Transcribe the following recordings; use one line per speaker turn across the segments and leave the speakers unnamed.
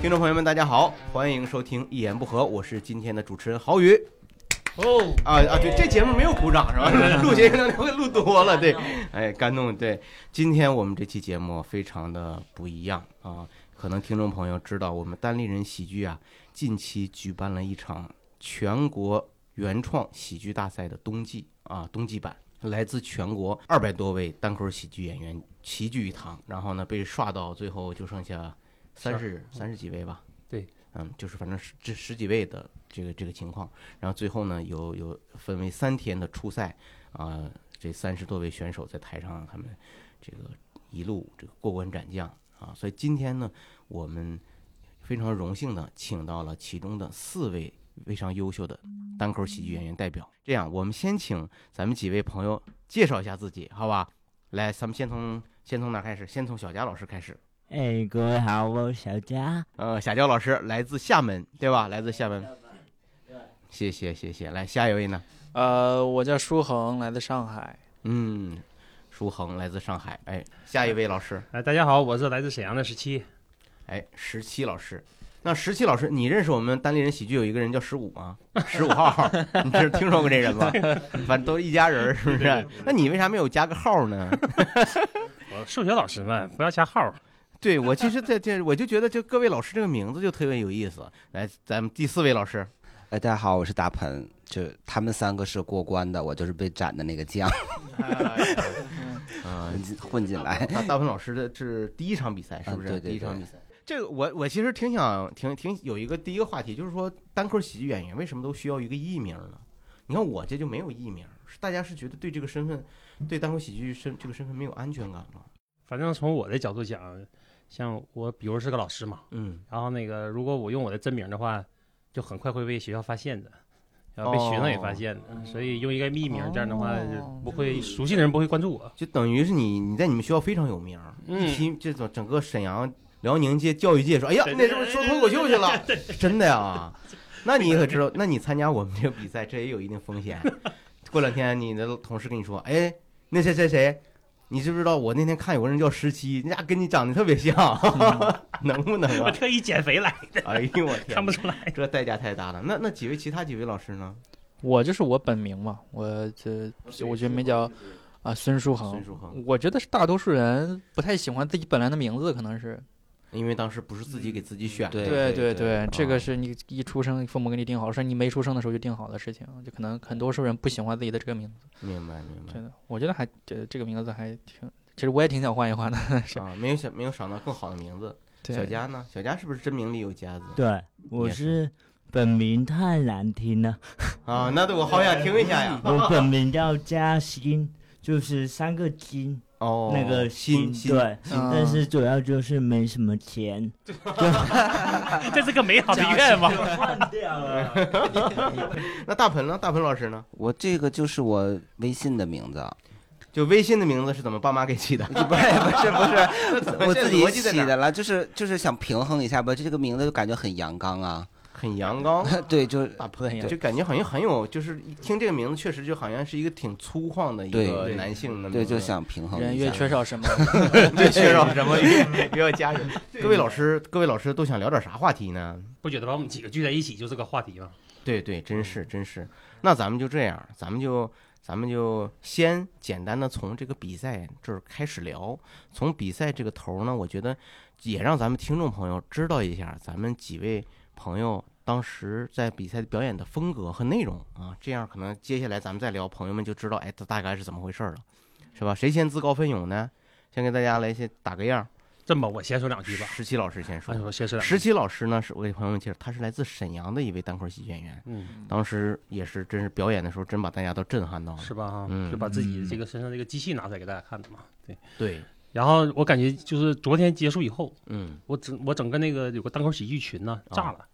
听众朋友们，大家好，欢迎收听《一言不合》，我是今天的主持人郝宇。
哦
啊啊，对，这节目没有鼓掌是吧？录节目会录多了，对，哎，感动，对。今天我们这期节目非常的不一样啊，可能听众朋友知道，我们单立人喜剧啊，近期举办了一场全国原创喜剧大赛的冬季啊冬季版，来自全国二百多位单口喜剧演员齐聚一堂，然后呢被刷到最后就剩下三十三十几位吧，
对，
嗯，就是反正是这十几位的这个这个情况，然后最后呢有有分为三天的初赛啊、这三十多位选手在台上他们这个一路这个过关斩将啊，所以今天呢我们。非常荣幸的请到了其中的四位非常优秀的单口喜剧演员代表。这样，我们先请咱们几位朋友介绍一下自己，好吧？来，咱们先从先从哪开始？先从小佳老师开始。
哎，各位好，我是小佳。
呃，小佳老师来自厦门，对吧？来自厦门。谢谢谢谢。来，下一位呢？
呃，我叫舒恒，来自上海。
嗯，舒恒来自上海。哎，下一位老师，
哎，大家好，我是来自沈阳的十七。
哎，十七老师。那十七老师，你认识我们单立人喜剧有一个人叫十五吗？十五号， 你这听说过这人吗？反正都一家人儿，是不是？那你为啥没有加个号呢？
我数学老师们不要加号儿，
对我其实在这，我就觉得就各位老师这个名字就特别有意思。来，咱们第四位老师，
哎，大家好，我是大鹏，就他们三个是过关的，我就是被斩的那 个将， 嗯
啊，
混进 来。
大大鹏老师的这是第一场比啊 赛，是不是？
嗯对对
第一场比赛。这个我我其实挺想挺挺有一个第一个话题，就是说单口喜剧演员为什么都需要一个艺名呢？你看我这就没有艺名，是大家是觉得对这个身份，对单口喜剧身这个身份没有安全感吗？
反正从我的角度讲，像我比如是个老师嘛，
嗯，
然后那个如果我用我的真名的话，就很快会被学校发现的，然后被学生也发现的，所以用一个艺名这样的话，
哦
不会熟悉的人不会关注我。
就等于是你你在你们学校非常有名，
嗯
一提这种整个沈阳、辽宁界、教育界说，哎呀，
对
那是不是说脱口秀去了？真的呀？ 那你可知道？那你参加我们这个比赛，这也有一定风险。 过两天你的同事跟你说，哎，那谁谁谁，你知不知道我那天看有个人叫十七，那家跟你长得特别像， 能不能
我
啊？
特意减肥来，
哎呦我天
嗯看不，出来。
这代价太大了。那那几位其他几位老师呢？
我就是我本名嘛，我这我觉得没叫啊孙舒
孙
恒。
书恒，
我觉得是大多数人不太喜欢自己本来的名字，可能是
因为当时不是自己给自己选的，
对
对
对对
这
啊
个是你一出生父母给你定好，是你没出生的时候就定好的事情，就可能很多数人不喜欢自己的这个名字。
明白明白。
真的，我觉得还这这个名字还挺，其实我也挺想换一换的。是
啊，没有想没有想到更好的名字。小
对
佳呢？小佳是不是真名里有佳字
对，我是本名太难听了，
啊？那对我好想听一下呀。
我本名叫嘉欣，就是三个金，
哦，
那个
新新
对，
嗯
但是主要就是没什么钱，
这是个美好的愿 望。
换掉了。
那大鹏呢？大鹏老师呢？
我这个就是我微信的名字，
就微信的名字是怎么爸妈给起的？
不是不是不 是，我
这
自
逻
己
辑在
起
哪儿？
的了，就是就是想平衡一下吧，这个名字就感觉很阳刚啊，
很阳刚，
对，就
哦大
鹏很阳
就感觉好像很有，就是一听这个名字，确实就好像是一个挺粗犷的一
对
个
对
男性的名
对
字。
就想平衡
人
一
越
下。
缺少什么，
对缺少什 么越越要加人。各位老师，各位老师都想聊点啥话题呢？
不觉得把我们几个聚在一起就是个话题吗？
对对，真
嗯
是真是。那咱们就这样，咱们就咱们就先简单的从这个比赛这儿开始聊。从比赛这个头儿呢，我觉得也让咱们听众朋友知道一下咱们几位朋友当时在比赛表演的风格和内容啊，这样可能接下来咱们再聊，朋友们就知道哎，这大概是怎么回事儿了，是吧？谁先自告奋勇呢？先给大家来先打个样儿，
这么我先说两句吧。
十七老师先说
哎，。我先说两句。
十七老师呢，是我给朋友们介绍，他是来自沈阳的一位单口喜剧演员。
嗯，
当时也是，真是表演的时候，真把大家都震撼到了。
是吧？哈、
嗯
就把自己这个身上这个机器拿出来给大家看的嘛。
对，
然后我感觉就是昨天结束以后，
嗯，
我整我整个那个有个单口喜剧群呢、
啊
炸了，
咋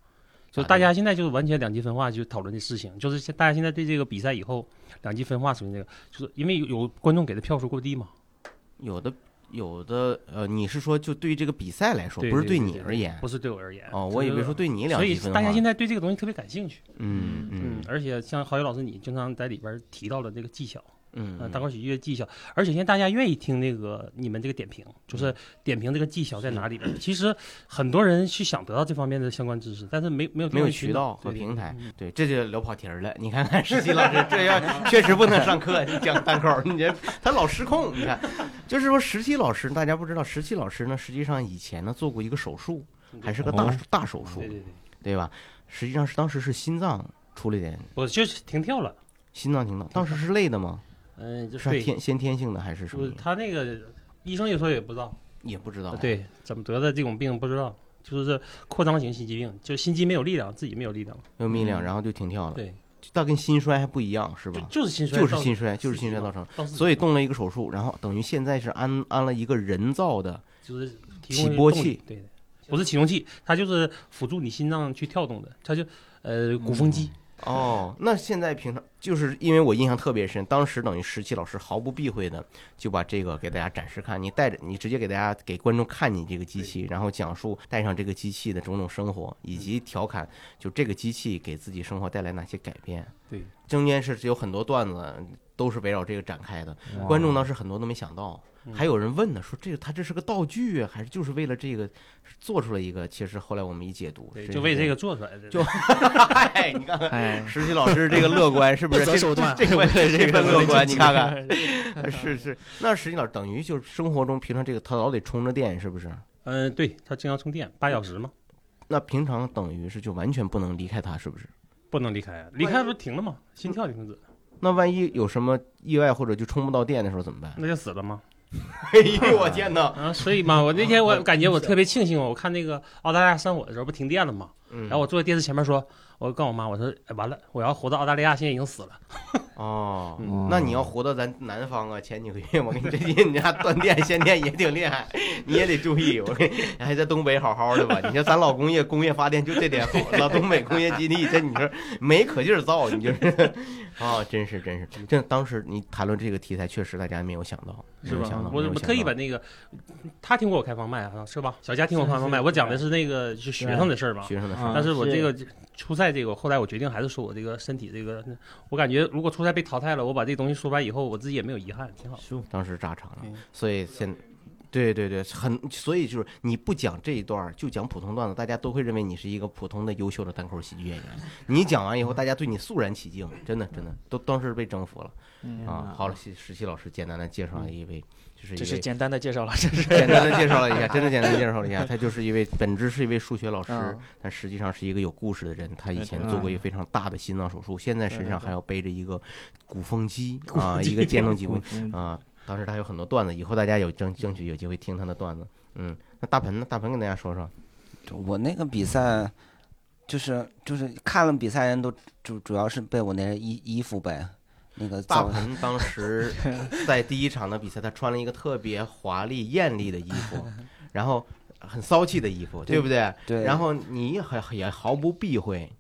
就
的
大家现在就是完全两极分化，就讨论这事情，就是现大家现在对这个比赛以后两极分化属于那个，就是因为有有观众给的票数过低嘛，
有的有的，呃，你是说就对于这个比赛来说，
对
不是
对
你而言
不是对我而言。
哦，我以为说
对。
对你两
所以
极分
大家
化
现在对这个东西特别感兴趣，
嗯嗯
而且像郝宇老师你经常在里边提到了这个技巧，
嗯
啊，单口喜剧的技巧，而且现在大家愿意听那个你们这个点评，
嗯
就是点评这个技巧在哪里。其实很多人是想得到这方面的相关知识，但是没没有
没有渠
渠
道
道
和
对嗯
平台，对，这就聊跑题儿了。你看看石奇老师， 这要确实不能上课，你讲单口儿，你这他老失控。你看，就是说石奇老师，大家不知道，石奇老师呢，实际上以前呢做过一个手术，还是个大、
哦
大手术
对，对对，
对吧？实际上是当时是心脏出了点
我就是停跳了，
心脏停跳，当时是累的吗？
嗯，就是对，
天先天性的还是什么
说
原因？
他那个医生也说也不知道，
也不知道。，
啊对，怎么得的这种病不知道，就是扩张型心肌病，就心肌没有力量，自己没有力量，
没有力量，
嗯
然后就停跳了。
对，
但跟心衰还不一样，是
就
吧？
就是嗯心衰到，
就是心衰，就是心衰造成。
到四十
所以
多
动了一个手术，然后等于现在是安安了一个人造的
就是提
起
供
搏
动力
器，
对的，不是起重器，它就是辅助你心脏去跳动的，它就呃鼓风机，
哦。那现在平常就是因为我印象特别深，当时等于石奇老师毫不避讳的就把这个给大家展示看，你带着你直接给大家给观众看你这个机器，然后讲述带上这个机器的种种生活，
嗯
以及调侃就这个机器给自己生活带来哪些改变。
对，
中间是有很多段子都是围绕这个展开的，观众当时很多都没想到，
哦嗯
还有人问呢，说这个他这是个道具啊，还是就是为了这个做出了一个？其实后来我们一解读，
对，
嗯是
就为 这个 做出来的，
就嗨，你看看
哎，
石奇老师这个乐观是不是？
不择手段
这这份
为了
这
这个
份乐观，
为了这个
你看看， 是是。那石奇老师等于就是生活中平常这个他老得充着电，是不是？
嗯、对，它经常充电八小时嘛，
那平常等于是就完全不能离开他，是不是？
不能离开，啊离开不是停了吗？心跳停止，
那万一有什么意外或者就充不到电的时候怎么办？
那就死了吗？
哎呦我天哪！
啊，所以嘛，我那天我感觉我特别庆幸哦，我看那个澳大利亚山火的时候不停电了嘛，
嗯
然后我坐在电视前面说，我告诉我妈，我说、哎、完了，我要活到澳大利亚，现在已经死了。
哦，
嗯
那你要活到咱南方啊，前几个月我跟你最近你家断电限电也挺厉害，你也得注意。我跟你还在东北好好的吧？你说咱老工业工业发电就这点好，老东北工业基地这你说没可劲儿造，你就是啊、真是真是，这当时你谈论这个题材，确实大家没有想到，没
是
有
吧
想到？，
我
嗯啊没有
我
想
特意
到
把那个，他听过我开放麦啊，是吧？小佳听我开放麦，我讲的是那个就学生的事儿嘛。
学生的事儿，
啊
但是我
是
这个初赛这个，我后来我决定还是说我这个身体这个，我感觉如果初赛被淘汰了，我把这东西说出来以后，我自己也没有遗憾，挺好。
书
当时炸场了
嗯，
所以现。对对对，很，所以就是你不讲这一段儿，就讲普通段子，大家都会认为你是一个普通的优秀的单口喜剧 演员。你讲完以后，大家对你肃然起敬，真的真的，都当时被征服了
嗯
啊！好了，石石奇老师简单的介绍了一位，就是一
这是
位
简单的介绍了，这是
简单的介绍了一 下，真的简单地介绍了一下，他就是一位本质是一位数学老师，
嗯
但实际上是一个有故事的人。他以
对
前
对
做过一个非常大的心脏手术，现在身上还要背着一个鼓风机啊，一个电动鼓风
嗯
啊，当时他有很多段子，以后大家有争争取有机会听他的段子。嗯，那大鹏呢？大鹏跟大家说说，
我那个比赛，就是就是看了比赛人都主主要是被我那衣衣服呗，那个
大
造
鹏当时在第一场的比赛，他穿了一个特别华丽艳丽的衣 服，然后很骚气的衣服，对不对？
对，
然后你也很也毫不避讳，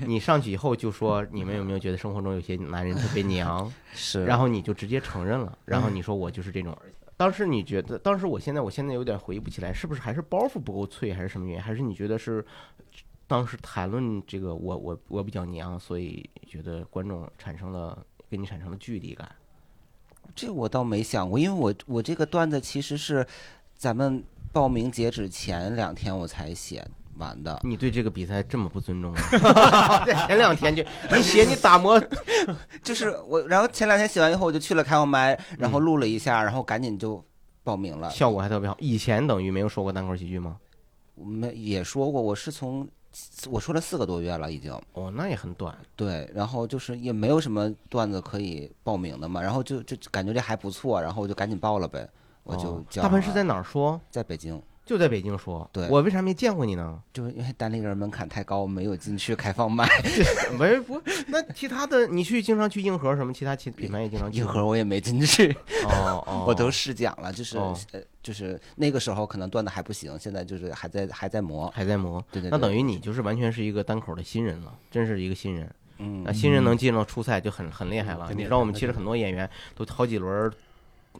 你上去以后就说你们有没有觉得生活中有些男人特别娘？
是
然后你就直接承认了，然后你说我就是这种。当时你觉得，当时我现在我现在有点回忆不起来，是不是还是包袱不够脆，还是什么原因？还是你觉得是当时谈论这个我我我比较娘，所以觉得观众产生了跟你产生了距离感？
这我倒没想过，因为我我这个段子其实是咱们报名截止前两天我才写完的，
你对这个比赛这么不尊重吗？ 前两天就你写你打磨，
就是我，然后前两天写完以后我就去了开放麦，然
嗯
后录了一下，然后赶紧就报名了。
效果还特别好。以前等于没有说过单口喜剧吗？
我们也说过，我是从我说了四个多月了已经，
哦，那也很短。
对，然后就是也没有什么段子可以报名的嘛，然后就就感觉这还不错，然后我就赶紧报了呗，我就
哦
叫
大鹏是
上
在
了
哪儿说？
在北京，
就在北京说。
对
我为啥没见过你呢？
就是因为单立人门槛太高，没有进去开放麦，
没不，那其他的你去经常去硬核什么，其他其品牌也经常去
硬
吗
核我也没进去。
哦哦，
我都试讲了，就是、
哦
呃，就是那个时候可能段子还不行，现在就是还在还在磨。
还在磨。
对对对，
那等
于
于你就是完全是一个单口的新人了，真是一个新人。
嗯
那，新人能进到初赛就很很厉害了。
嗯
你知道我们其实很多演员都好几轮儿，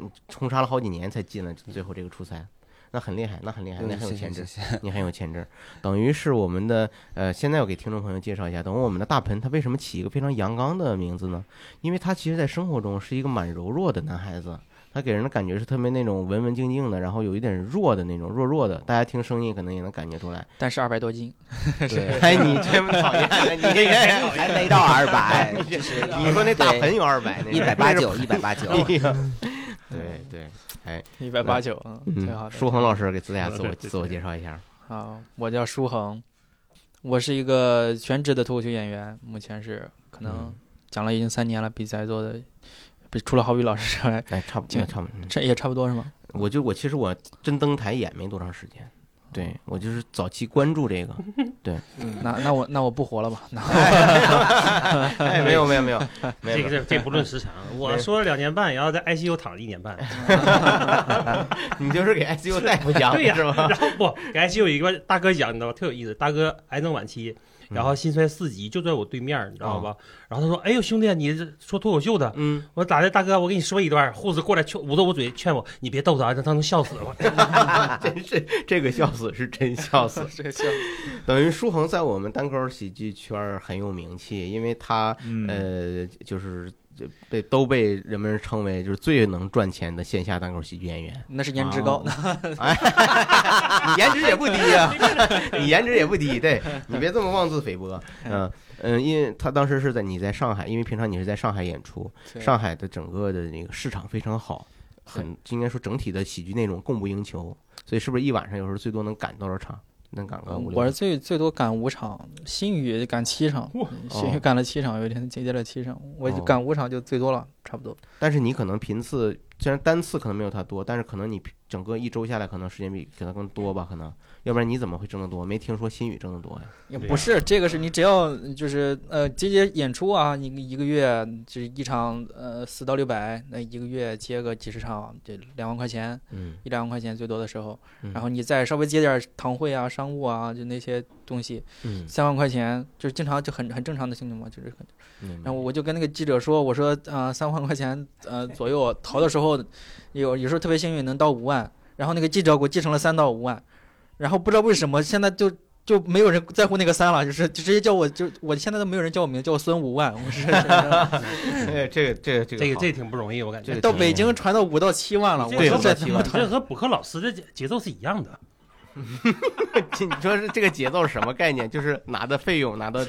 嗯，冲杀了好几年才进了最后这个初赛。那很厉害，那很厉害，那
嗯
很有
谢
潜
谢
质
谢。谢。
你很有潜质，等于是我们的呃，现在我给听众朋友介绍一下，等于我们的大盆他为什么起一个非常阳刚的名字呢？因为他其实在生活中是一个蛮柔弱的男孩子，他给人的感觉是特别那种文文静静的，然后有一点弱的那种弱弱的，大家听声音可能也能感觉出来。
但是二百多斤，
对，
哎，你这么讨厌的，你这人
还没到二百，
你说那大盆有二百，那
一百八九，一百八九。
对 对，
一百八九，嗯，挺好
嗯，
的。
舒恒老师给大家自我
对对对
自我介绍一下，
好，我叫舒恒，我是一个全职的脱口秀演员，目前是可能
嗯
讲了已经三年了，比在座的，比除了郝宇老师之外，
哎，差不多，差不多，嗯
这也差不多是吗？
我就我其实我真登台演没多长时间，对我就是早期关注这个，
嗯那那我那我不活了吧？那
哎，没有没有 没有没有没
这个
有，
这这不论时长，我说了两年半，然后在 ICU 躺了一年半，
你就是 给 ICU 大夫讲
对呀
是吧？
然后不给 ICU 有一个大哥讲，你知道吗？特有意思，大哥癌症晚期，然
嗯
后心衰四级，就在我对面儿，你知
哦
道吧？然后他说：“哎呦兄弟，你是说脱口秀的。”
嗯，
我咋的，大哥？我给你说一段，护士过来劝捂着我嘴劝我，你别逗他，啊让他能笑死我。
啊真是这个笑死 是真笑死，
这笑
等于舒恒在我们单口喜剧圈儿很有名气，因为他
嗯，
呃就是就被都被人们称为就是最能赚钱的线下单口喜剧演员，
那是颜值
啊
高，
你颜值也不低呀、 你颜值也不低，对你别这么妄自菲薄。嗯嗯，因为他当时是在你在上海，因为平常你是在上海演出，
对
上海的整个的那个市场非常好，很应该说整体的喜剧内容供不应求，所以是不是一晚上有时候最多能赶多少场？能赶个五六
我是
场？
最最多赶五场，新宇赶七场，新宇赶了七场，有一天接了七场，我就
哦
赶五场就最多了，差不多。
但是你可能频次虽然单次可能没有他多，但是可能你整个一周下来可能时间比给他更多吧，可能要不然你怎么会挣得多？没听说新宇挣得多呀？
也
对
不
呀
是，这个是你只要就是呃接接演出啊，你一个月就是一场呃四到六百，那一个月接个几十场，这两万块钱，
嗯，
一两万块钱最多的时候，
嗯
然后你再稍微接点堂会啊、商务啊，就那些东西，
嗯，
三万块钱就是经常就很很正常的性质嘛，就是很。
明白
然后我就跟那个记者说，我说啊三万块钱呃左右，投的时候有有时候特别幸运能到五万，然后那个记者给我记成了三到五万，然后不知道为什么现在就。就没有人在乎那个三了，就是就直接叫我，就我现在都没有人叫我名，字，叫我孙五万，我是
哎 这个这个这个
这个
好
这挺不容易，我感
这
觉
个。
到北京传到五到七万了，我
对
说
五
这
到
他
七
妈
万
的
这和补课老师的节奏是一样的。
你说是这个节奏是什么概念？就是拿的费用拿的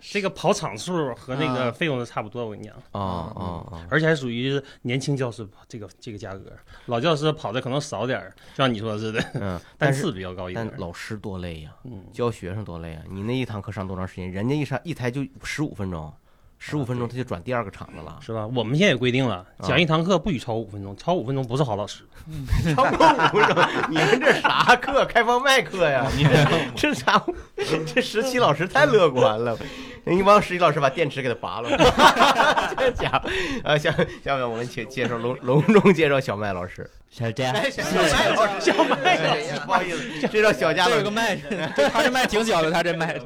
这个跑场数和那个
啊
费用是差不多，我跟你讲，
哦哦哦，
而且还属于年轻教师这个这个价格，老教师跑的可能少点儿，就像你说的似的，
嗯，
单
但是
次比较高一点
但
儿。
老师多累呀，
嗯，
教学生多累啊！你那一堂课上多长时间？人家一上一台就十五分钟，十五分钟他就转第二个场子 了，
是吧？我们现在也规定了，
啊
讲一堂课不许超过五分钟，超过五分钟不是好老师。
超过五分钟，你们这啥课？开放麦课呀？啊 你这这啥？这实习老师太乐观 了，一帮实习老师把电池给他拔了。 这家伙，呃，下下面我们请介绍隆 隆重介绍小麦老师。
小佳，
哎，小麦老师，小麦老师，不好意思，介绍小佳
这
老
有个
师，
麦，这他这麦挺小的，他这麦。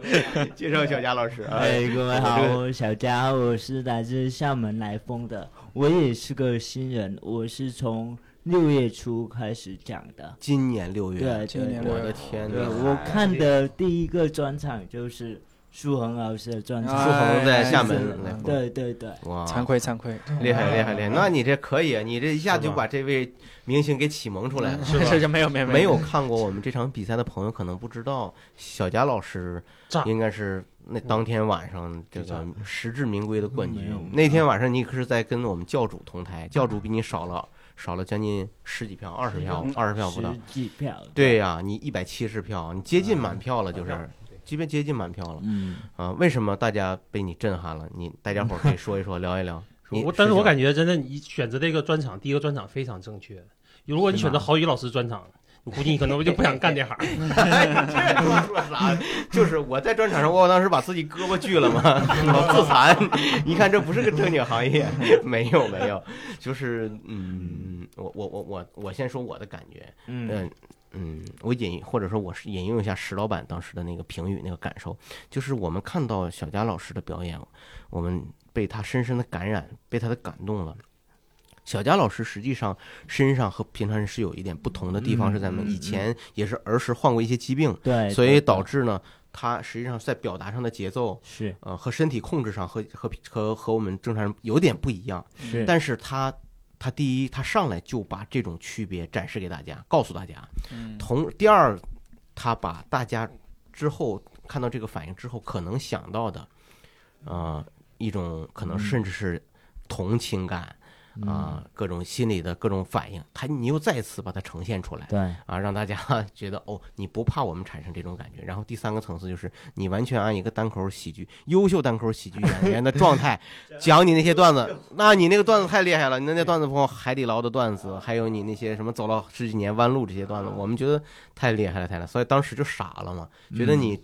介绍小佳老师啊。
哎，各位好，
我这个
我是小佳，我是来自厦门来风的，我也是个新人，我是从六月初开始讲的。
啊今年六月，
对
今年
对
我
六
的
月
天
对，
哪！
我看的第一个专场就是舒恒老师的专
啊
场，
舒恒在
哎
厦门来，
对对对，
哇，
惭愧惭愧，
厉害厉害厉害！那你这可以啊，你这一下
是吧
就把这位明星给启蒙出来了。
是吧
这就没有没有
没有看过我们这场比赛的朋友可能不知道，小佳老师
炸
应该是那当天晚上这
就炸
个 实至名归的冠军
没有。
那天晚上你可是在跟我们教主同台，教主比你少了少了将近十几票，二十票，二十票不到
十。几票，
对呀、你一百七十票，你接近满票了，就是，基本接近满票了
嗯，
啊！为什么大家被你震撼了？你大家伙儿可以说一说，聊一 聊。你
我但是我感
觉，
觉真的，你选择这个专场，第一个专场非常正确。如果你选择郝宇老师专场，我估计你可能就不想干 这行。
这他妈说啥？就是我在专场上，我当时把自己胳膊锯了嘛， 老自残。你看这不是个正经行业， 没有没有，就是嗯，我我我我我先说我的感觉，
嗯，
嗯嗯，我引或者说我是引用一下石老板当时的那个评语那个感受，就是我们看到小佳老师的表演，我们被他深深的感染，被他的感动了。小佳老师实际上身上和平常人是有一点不同的地方，
嗯
是咱们
嗯
以
嗯
前也是儿时患过一些疾病，
对，
所以
对
导
对
致呢，他实际上在表达上的节奏，
是
呃，和身体控制上和和和和我们正常人有点不一样，
是，
但是他。他第一，他上来就把这种区别展示给大家，告诉大家。
嗯
同第二，他把大家之后看到这个反应之后，可能想到的，啊、一种可能
嗯
甚至是同情感
嗯
啊、各种心理的各种反应，他你又再次把它呈现出来
对，
啊，让大家 觉得哦，你不怕我们产生这种感觉。然后第三个层次就是，你完全按一个单口喜剧优秀单口喜剧演员的状 态讲你那些段子，那你那个段子太厉害了，你那段子包括海底捞的段子，还有你那些什么走了十几年弯路这些段子，我们觉得太厉害了，太厉害了，所以当时就傻了嘛，觉得
嗯
你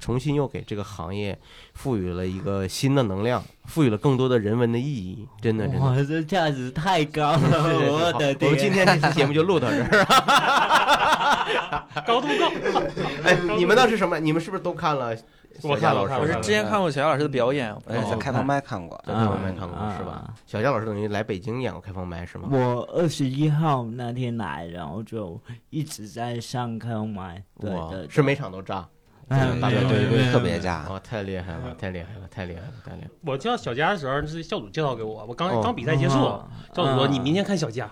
重新又给这个行业赋予了一个新的能量，赋予了更多的人文的意义，真的真的。
哇，这价值太高了，
是是是好
我
我
的
们今
天，
天这期节目就录到这儿。
高度 够。
哎，你们倒是什么？你们是不是都看了？
我
小佳
看了
老师，
我是之前看过小姚老师的表演，
哎，在开放麦看过，
在开放麦看过
啊
是吧
啊？
小佳老师等于来北京演过开放麦是吗？
我二十一号那天来，然后就一直在上开麦，对
哇
对，啊
是
没，
每场都炸
嗯
大
对
家都
对对
没
对，特别炸。
哦，太厉害了，太厉害了，太厉害了，太厉害了！
我见到小佳的时候，是校主介绍给我，我刚
哦
刚比赛结束，
啊
赵主说：“你明天看小佳，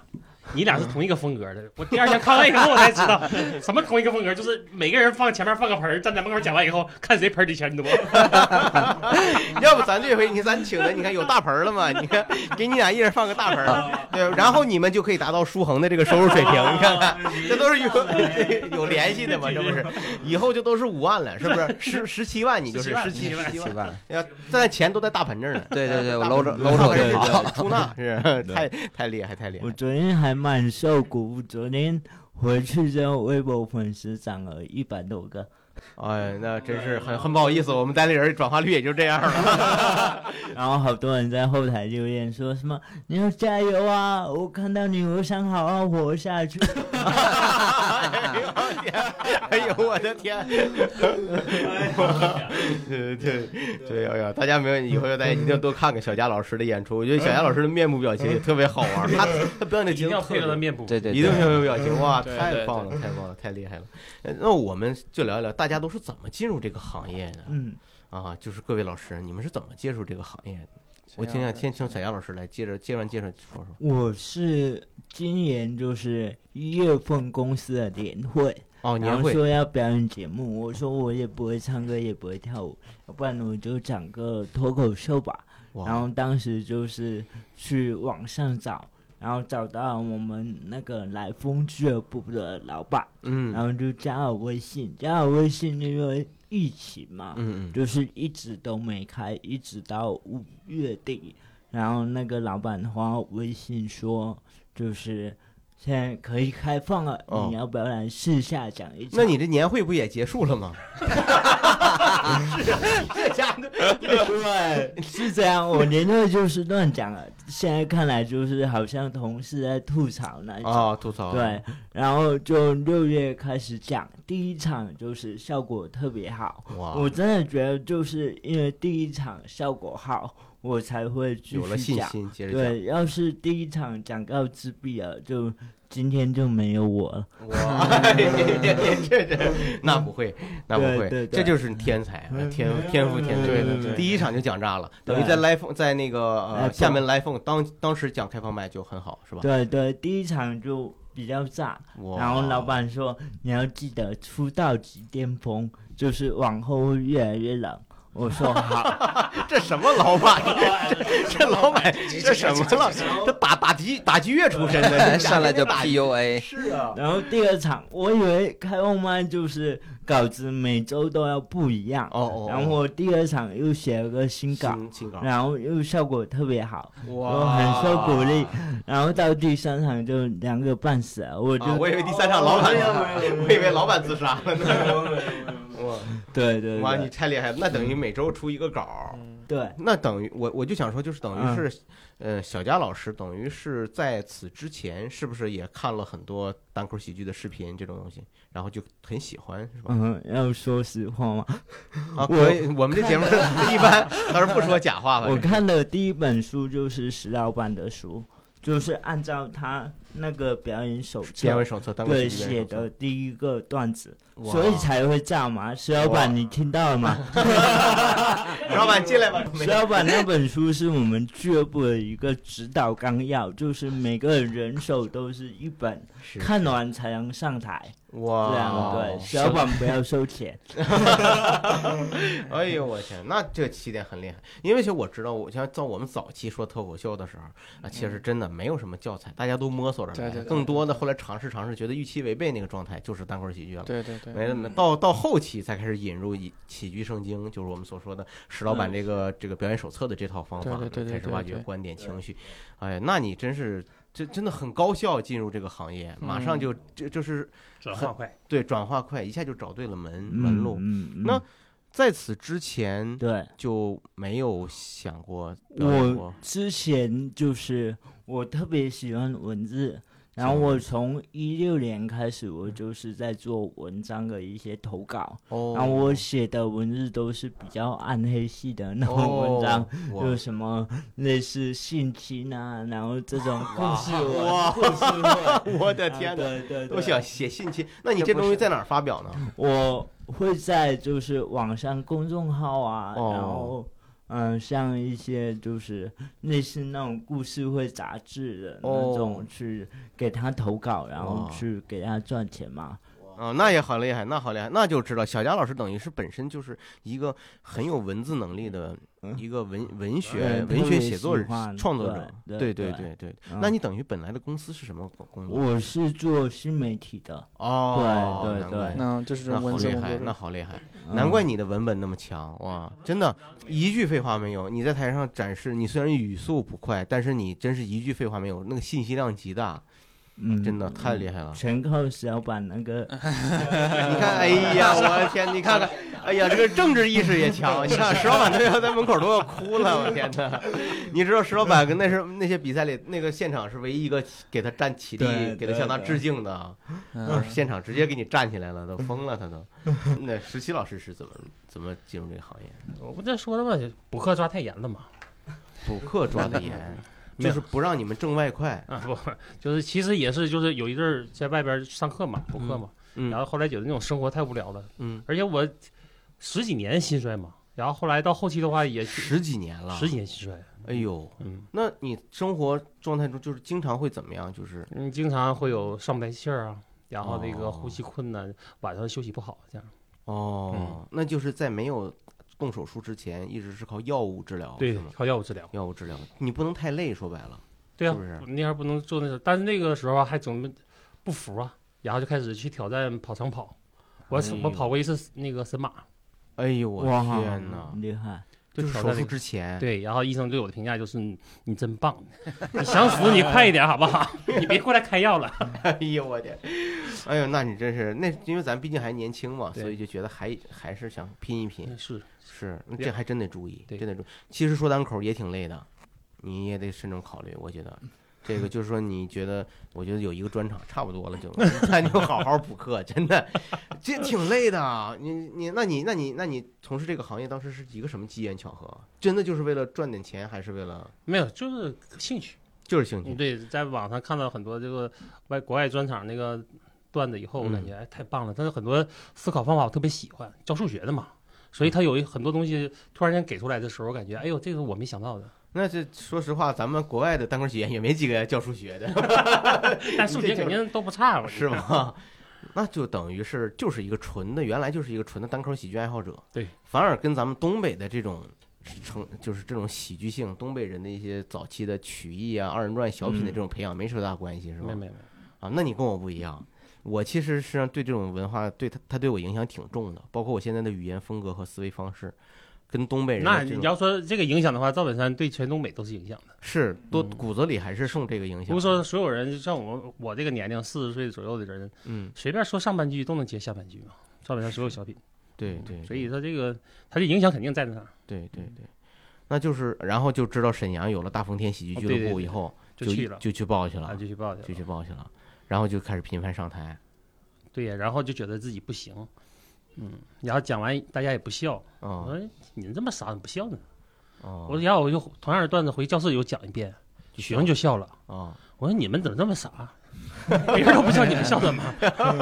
你俩是同一个风格的。”我第二天看完以后，我才知 道什么同一个风格，就是每个人放前面放个盆儿，站在门口讲完以后，看谁盆儿里钱多。
要不咱这回你咱请的，你看有大盆儿了吗？ 你看，给你俩一人放个大盆
啊
儿，对，然后你们就可以达到舒恒的这个收入水平。你看看，
啊
这都是有 有联系的嘛，这不是？以后就都是五万了，是不是？十十七万你就是十七
17万
十七万
是。吧？
要但钱都在大盆这儿呢。
对对对我
大
搂
盆
着
大
搂着我
盆
就
这
跑
个
了
出纳是 太太厉害，太厉害
我。昨天还蛮受鼓舞，昨天回去之后，微博粉丝涨了一百多个，
哎，那真是很很不好意思，我们单立人转化率也就这样了。
然后好多人在后台留言说什么“你要加油啊，我看到你，我想好好活下去
哎呦 我的天哎呦 我的天！对对对，哎呀，大家没有以后要大家一定要多看看小佳老师的演出，我觉得小佳老师的面部表情也特别好玩，他他表演的
一
节
定
奏
要
特
配合他
别。
面部。
对对
一定
对，
要有表情哇！
对
太
对
棒了，太棒了，太厉害了。呃那我们就聊一聊大家都是怎么进入这个行业的”。。
嗯，
啊，就是各位老师，你们是怎么接触这个行业的？我今天先请小杨老师来接着接完介绍说说。
我是今年就是一月份公司的年会，
哦，
然
年
后
会
说要表演节目，我说我也不会唱歌，也不会跳舞，要不然我就讲个脱口秀吧。然
哇，
后当时就是去网上找，然后找到我们那个来风俱乐部的老板，
嗯
然后就加了微信，加了微信因为疫情嘛，
嗯嗯
就是一直都没开，一直到五月底，然后那个老板发微信说，就是现在可以开放了，
哦
你要不要来试下讲一讲？
那你这年会不也结束了吗？是这家的
对 是这样，我年会就是乱讲了，现在看来就是好像同事在吐槽那一种。
啊，吐槽
哎对，然后就六月开始讲，第一场就是效果特别好，
哇，
我真的觉得就是因为第一场效果好，我才会继
有了
续
信
讲。
心，接着讲
对，要是第一场讲到自闭了，就今天就没有我了。
哇，这这哎那不会，那不会
对，对对嗯
这就是天才啊，天天赋天赋。
对对对
第一场就讲炸了，
对
等于在 l i f e 在那个呃
iPhone
厦门 l i f e 当当时讲开放麦就很好，是吧？
对对，第一场就比较炸，
哇
然后老板说你要记得出道即巅峰，就是往后会越来越冷。我 说好，
这什么老板？ 这这老板这什么老？这打打击打击乐出身 的，
上来就
打
PUA，
是啊，
然后第二场我以为开放麦就是稿子每周都要不一样，
哦哦，
然后我第二场又写了个新稿，
新新稿，
然后又效果特别好，我很受鼓励。然后到第三场就两个半死了，我就、
啊我以为第三场老 板，我以为老板自杀了呢。哇
对对
哇，你
对
太厉害了！那等于每周出一个稿，
对
那等于我我就想说，就是等
嗯
于是，呃，小佳老师等于是在此之前，是不是也看了很多单口喜剧的视频这种东西，然后就很喜欢，是吧？
嗯，要说实话嘛，
啊，
我
可以，我们这节目一般倒是不说假话吧。
我看的第一本书就是石老板的书，就是按照他那个表演手
编
册
完手册当个
对
喜剧
写
演
的第一个段子，
员
所以才会炸嘛。石老
哇
板，你听到 了吗？
老板进来吧，
石老板那本书是我们俱乐部的一个指导纲要，就是每个人手都是一本，
是
看完才能上台。这样
哇，
对，啊石老板不要收钱。
哎呦我天，那这起点很厉害，因为其实我知道，我像在我们早期说脱口秀的时候啊，其实真的没有什么教材，大家都摸索着
对
来
嗯对
的，
对
更多的后来尝试尝试，觉得预期违背那个状态就是单口喜剧了。
对嗯对对，
没了没到到后期才开始引入以起居圣经，就是我们所说的石老板这个、这个表演手册的这套方法，
嗯对对对
开
对
始挖掘
对对
观点情绪。哎，那你真是这真的很高效进入这个行业，马
嗯
上就就就是
转化快，
对转化快，一下就找对了门
嗯
门路。
嗯嗯
那在此之前
对
就没有想过表演
我
过，
之前就是我特别喜欢文字，然后我从一六年开始，我就是在做文章的一些投稿，
哦，
然后我写的文字都是比较暗黑系的那种文章。
哦
就
哇
是什么类似性侵啊，然后这种故事
哇
我故事会，
我的 天
哪！
哪！
对对，
都
对
想写信息，那你
这
这
不
东西
是
在哪儿发表呢？
我会在就是网上公众号啊，
哦
然后嗯、像一些就是类似那种故事会杂志的那
哦
种去给他投稿，然后
哇
去给他赚钱嘛。
啊、那也好厉害，那好厉害，那就知道小佳老师等于是本身就是一个很有文字能力的
嗯
一个文文学
嗯
文
特
学
别
写作
喜
人
欢
创作
对
者，
对
对
对
对嗯对。
嗯
那你等于本来的公司是什么工工作？
我是做新媒体的，
哦，
对对
难怪
对
那就是
那好
文字
厉
工
害，
作
那
者，
好厉害，
嗯
难怪你的文本那么强哇！真的，一句废话没有。你在台上展示，你虽然语速不快，但是你真是一句废话没有，那个信息量极大，
嗯
真的太厉害 了。
全靠小板那个
你看，哎呀，我的天，你看看，哎呀，这个政治意识也强。你 看石老板都要在门口都要哭了，我天哪！ 你知道石老板跟那是那些比赛里那个现场是唯一一个给他站起立、
对
给他向他致敬的啊，
嗯，
现场直接给你站起来了，都疯了，他 都。那石七老师是怎么怎么进入这个行业？
我不这说的吧，补课抓太严了嘛，
补课抓的严，
没
就
有
是不让你们挣外快。
啊不，就是其实也是就是有一阵儿在外边儿上课嘛，补课嘛，然
嗯
后后来觉得那种生活太无聊了，
嗯，
而且我十几年心衰嘛，然后后来到后期的话也
十几年了，
十几年心衰，
哎呦，
嗯
那你生活状态中就是经常会怎么样？就是
嗯，经常会有上不来气儿啊，然后那
哦
个呼吸困难，晚上休息不好这样，嗯
哦，那就是在没有动手术之前，一直是靠药物治疗，
对
哦是吗，？
靠药物治疗。
药物治疗，你不能太累，说白了，
对啊，
是不是
那还不能做那事，但是那个时候啊还总不服啊，然后就开始去挑战跑长跑。我、
哎呦
我跑过一次那个神马，
哎呦我
哇
天哪！
厉害，
嗯就
就是挑
手
战那
术
个。
之前，
对，然后医生对我的评价就是你你真棒，你想死你快一点好不好？ 你别过来开药了。
哎呦我天，哎呦，那你真是那，因为咱毕竟还年轻嘛，
对
所以就觉得还还是想拼一拼，
是
是，那
对
这还真得注意，
对
真得注意。其实说单口也挺累的，你也得慎重考虑。我觉
嗯
得这个就是说，你觉得，我觉得有一个专场差不多了就，那你就好好补课，真的，这挺累的。你你那你那你那你从事这个行业当时是一个什么机缘巧合？真的就是为了赚点钱，还是为了
没有，就是兴趣。
就是兴
嗯，
趣？
对，在网上看到很多这个外国外专场那个段子以后，我
嗯
感觉哎太棒了。但是很多思考方法我特别喜欢，教数学的嘛，所以
嗯
他有一很多东西突然间给出来的时候，我感觉哎呦，这个我没 想到的。
那这说实话，咱们国外的单口喜剧演员也没几个教数学的。
但数学肯定都不差，我
是？
觉得
吗？ 那就等于是就是一个纯的，原来就是一个纯的单口喜剧爱好者。
对，
反而跟咱们东北的这种成，就是这种喜剧性，东北人的一些早期的曲艺啊、二人转、小品的这种培养没什么大关系，是
嗯没
吧
有？没有没有，
啊，那你跟我不一样，我其实实际上对这种文化，对他他对我影响挺重的，包括我现在的语言风格和思维方式，跟东北人
那
的这
你
种
要说这个影响的话，赵本山对全东北都是影响的。
是多骨子里还是受这个影
比
响
如。嗯说，所有人就像我我这个年龄四十岁左右的人，
嗯，
随便说上半句都能接下半句嘛。赵本山所有小品，
对对，
所以他这个他的影响肯定在那儿，
对对
嗯
对，那就是然后就知道沈阳有了大风天喜剧
哦
俱
对
乐
对
部
对
以后，
就去了
就去报去
啊，
了，
就去报去了
就去报去了，然后就开始频繁上台。
对呀，然后就觉得自己不行，嗯，然后讲完大家也不笑，我
哦
说你这么傻怎么不笑呢？
哦，
啊我然后我就同样的段子回教室又讲一遍，学生就笑了。
啊，
我说你们怎么这么傻？别人都不笑，你们笑什么？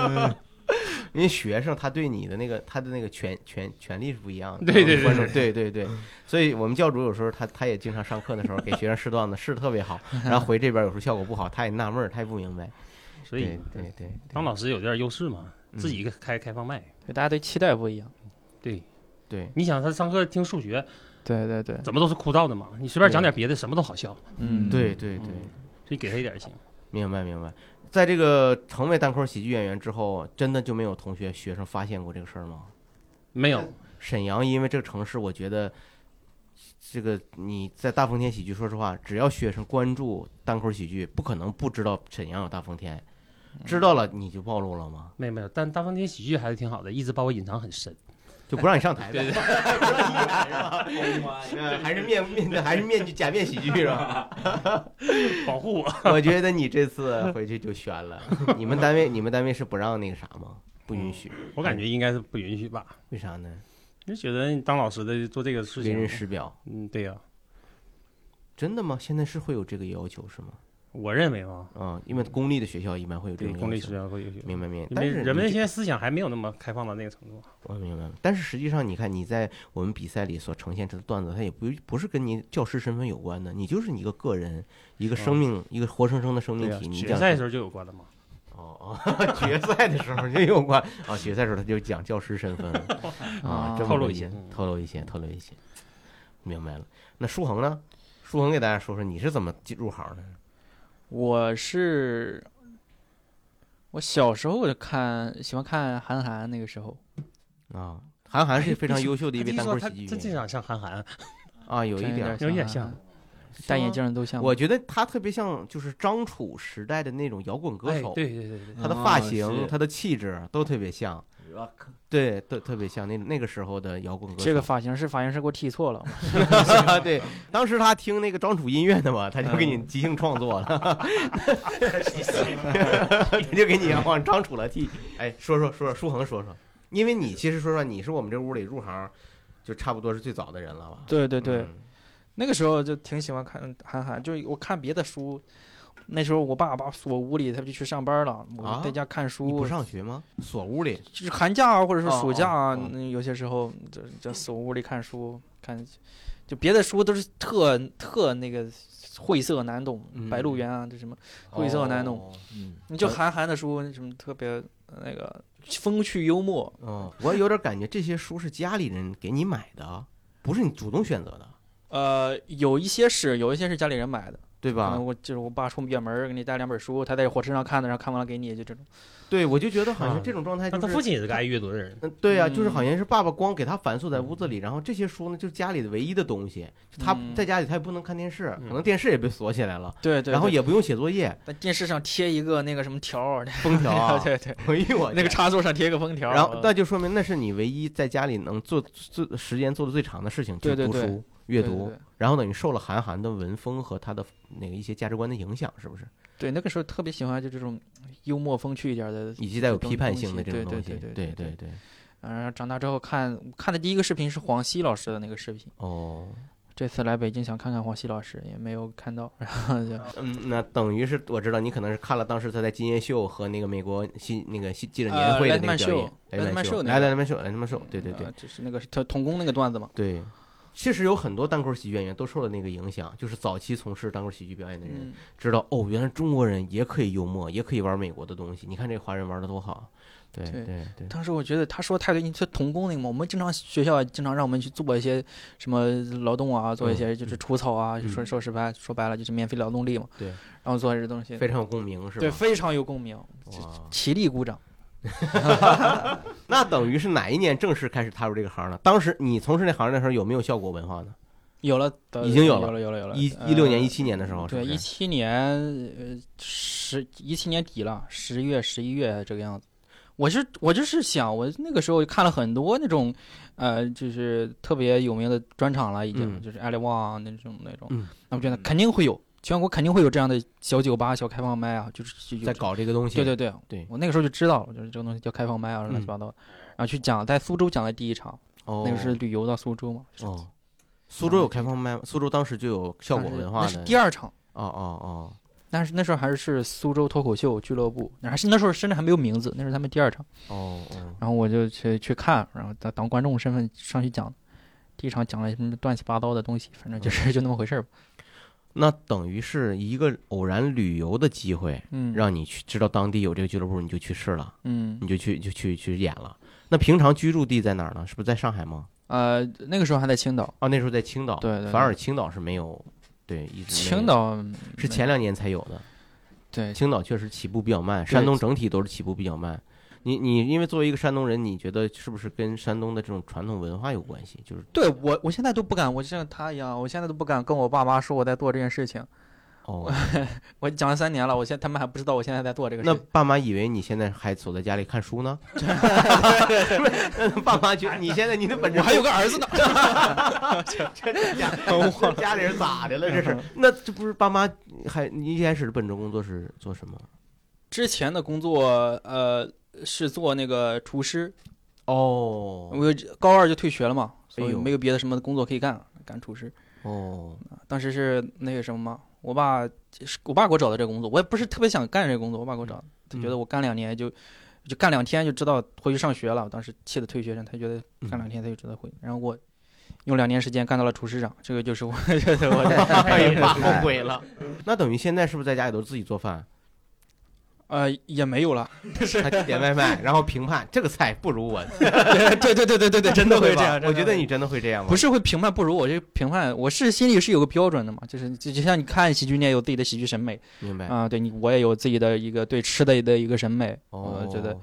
因为学生他对你的那个他的那个权权权利是不一样的，
对对对
观众对对对，所以我们教主有时候他他也经常上课的时候给学生试段子，试得特别好， 然后回这边有时候效果不好，他也纳闷儿，他也不明白，
所
对
以
对对，对
当老师有点优势嘛，自己开开放麦。
对大家对期待不一样。
嗯对，
对
你想他上课听数学，
对对对，
怎么都是枯燥的嘛，你随便讲点别的，什么都好笑，
嗯，
对对对，
所以给他一点行。
明白明白。在这个成为单口喜剧演员之后，真的就没有同学学生发现过这个事儿吗？
没有，
沈阳因为这个城市，我觉得这个你在大风天喜剧，说实话，只要学生关注单口喜剧，不可能不知道沈阳有大风天，知道了你就暴露了吗？
没有没有，但大风天喜剧还是挺好的，一直把我隐藏很深。
就不让你上台呗，
对对
不让你演是吧？ 呃还是面面还是面具假面喜剧是吧？
保护我。
我觉得你这次回去就悬了。你们单位你们单位是不让那个啥吗？不允许？
我感觉应该是不允许吧？
为啥呢？
就觉得当老师的做这个事
为人
情，
师表，
嗯，对呀、
真的吗？现在是会有这个要求是吗？
我认为嘛，
啊，因为公立的学校一般会有这
对
种要求。
公立学校会有，
明白明白，
因
但
为
是
人们
你
现在思想还没有那么开放到那个程度。
我明白了，但是实际上你看你在我们比赛里所呈现出的段子，它也不不是跟你教师身份有关的，你就是你一个个人，一个生命，一个活生生的生
哦对
命
呀、
体。你
决
讲
赛的时候就有关了嘛。
哦哦，决赛的时候就有关啊，决赛时候他就讲教师身份了啊
啊，
这么
透露
个
一
意
些
思
嗯
透露一些，透露一些，明白了。那舒恒呢？舒恒给大家说说你是怎么进入行的？
我是我小时候我就看喜欢看韩寒，那个时候
啊，韩寒是非常优秀的一
哎他
位
听
单
说
口
他
喜剧
真
演
正
员
想像韩寒，
啊，有一
真
点儿
点
有一点啊
像韩
像
寒，戴眼镜儿都像。
我觉得他特别像就是张楚时代的那种摇滚歌
哎，
手，
对对对对，
他的发
哦
型、
是
他的气质都特别像，
rock
对，都特别像那那个时候的摇滚歌手。
这个发型是发型师给我剃错了，
对，当时他听那个张楚音乐的嘛，他就给你
嗯
即兴创作 了，他就给你往张楚了替。哎，说说说说，舒恒说说，因为你其实说说你是我们这屋里入行就差不多是最早的人了吧？
对对对，
嗯，
那个时候就挺喜欢看韩寒，就我看别的书。那时候我爸把锁屋里，他就去上班了，我
啊
就在家看
你
书
不，上学吗？锁屋里
就是寒假啊，或者是暑假啊，
哦哦哦
那有些时候就就锁屋里看书，看就别的书都是特特那个晦涩难懂，
嗯
白鹿原》啊，这什么，晦涩难懂
哦
嗯，
你就韩寒的书那什么特别呃那个风趣幽默，
哦，我有点感觉这些书是家里人给你买的，不是你主动选择的，
呃，有一些是有一些是家里人买的，
对
可
吧？
能我就是我爸出远门儿给你带两本书，他在火车上看的，然后看完了给你，就这种。
对，我就觉得好像
啊
这种状态
那
就
他
是
父亲也是个爱阅读的人，
嗯，对呀、就是好
嗯
像是爸爸光给他反锁在屋子里，然后这些书呢，就是家里的唯一的东西。就他
嗯
在家里他也不能看电视，
嗯
可能电视也被锁起来了，
对对
然后
对
也不用写作 业，
在电视上贴一个那个什么条儿，，
封条啊
对对，
哎呦我
那个
天。
插座上贴一个封条啊儿。
然后那就说明那是你唯一在家里能做最时间做的最长的事情，就
对
是
对
读
对
书、阅
对对
读
对。
然后等于受了韩寒的文风和他的那个一些价值观的影响，是不是？
对，那个时候特别喜欢就这种幽默风趣一点儿的。
以及带有
这
批判
东
性的
西
这种
对
东西
对，对
对
对对
对。
嗯，然后长大之后看看的第一个视频是黄西老师的那个视频，
哦，
这次来北京想看看黄西老师，也没有看到，然后就
嗯，那等于是我知道你可能是看了当时他在金夜秀和那个美国新那个新记者年
呃
会的
莱
那个
特曼
表演
秀，
莱
莱
特
特
曼
曼秀那
来
个
来特曼秀，来特曼秀，对对对
呃就是那个他童工那个段子嘛。
对，其实有很多单口喜剧演员都受了那个影响，就是早期从事单口喜剧表演的人
嗯，
知道哦，原来中国人也可以幽默，也可以玩美国的东西，你看这华人玩的多好，对
对
对对，
当时我觉得他说太对，你说童工那个嘛，我们经常学校也经常让我们去做一些什么劳动啊，做一些就是除草啊，
嗯
说说实话，说白了就是免费劳动力嘛。
对，
然后做这东西，
非常有共鸣是
对
吧？
非常有共鸣，
哇，
起立鼓掌。
那等于是哪一年正式开始踏入这个行呢？当时你从事那行的时候有没有效果文化呢？
有了，呃
已经有
有
了
了，有了，有了。
一
呃
一六年、一七年的时哦候，是
对，
不
一
是？
七年呃十一七年底了，十月十一月这个样子。我是我就是想，我那个时候看了很多那种，呃，就是特别有名的专场了，已经、
嗯
就是艾利旺那种那种，
嗯
那我觉得肯定会有，全国肯定会有这样的小酒吧、小开放麦啊，就是有
在。搞这个东西，
对对对，
对嗯
我那个时候就知道了，就是这个东西叫开放麦啊，乱七八糟的。然后去讲，在苏州讲的第一场，
哦，
那个是旅游到苏州嘛，
哦，苏州有开放麦吗，苏州当时就有效果文化
那
的。
是第二场，
哦哦哦，
但是那时候还是苏州脱口秀俱乐部，还是那时候甚至还没有名字，那是他们第二场。
哦哦，
然后我就去去看，然后当当观众身份上去讲，第一场讲了什么乱七八糟的东西，反正就是就那么回事儿吧。
那等于是一个偶然旅游的机会，
嗯，
让你去知道当地有这个俱乐部，你就去试了，
嗯
你就去就去去演了。那平常居住地在哪儿呢？是不是在上海吗？
呃那个时候还在青岛，
啊，那时候在青岛，
对对对
反而青岛是没有，对，一直没有
青岛
是前两年才有的。
对
青岛确实起步比较慢，
对
山东整体都是起步比较慢。你你因为作为一个山东人，你觉得是不是跟山东的这种传统文化有关系？就是
对我我现在都不敢，我就像他一样，我现在都不敢跟我爸妈说我在做这件事情。
哦，
我讲了三年了，我现在他们还不知道我现在在做这个事
那
情。
爸妈以为你现在还锁在家里看书 呢？那爸妈觉得你现在你的本质
我还有个儿 子呢，
家这家里人咋的了？这是 那这不是爸妈还你一开始的本职工作是做什么？
之前的工作呃是做那个厨师，
哦
我高二就退学了嘛，所
哎
以
呦
没有别的什么工作可以干，干厨师。
哦
当时是那个什么嘛，我爸是我爸给我找的这个工作，我也不是特别想干这个工作，我爸
嗯
给我找的，他觉得我干两年就就干两天就知道回去上学了，我当时气得退学生，他觉得
嗯
干两天他就知道回，然后我用两年时间干到了厨师长，这个就是我 这是 我的
哎呀，爸后悔了。那等于现在是不是在家里都自己做饭，
呃也没有了，
还点外卖，然后评判这个菜不如我，
对对对对对对，真的会这
吧
样，真的
我觉得
会
你真的会这样吗？
不是会评判不如我这评判，我是心里是有个标准的嘛，就是就就像你看喜剧，你也有自己的喜剧审美
明白
啊、对你我也有自己的一个对吃的的一个审美，
哦，
我觉得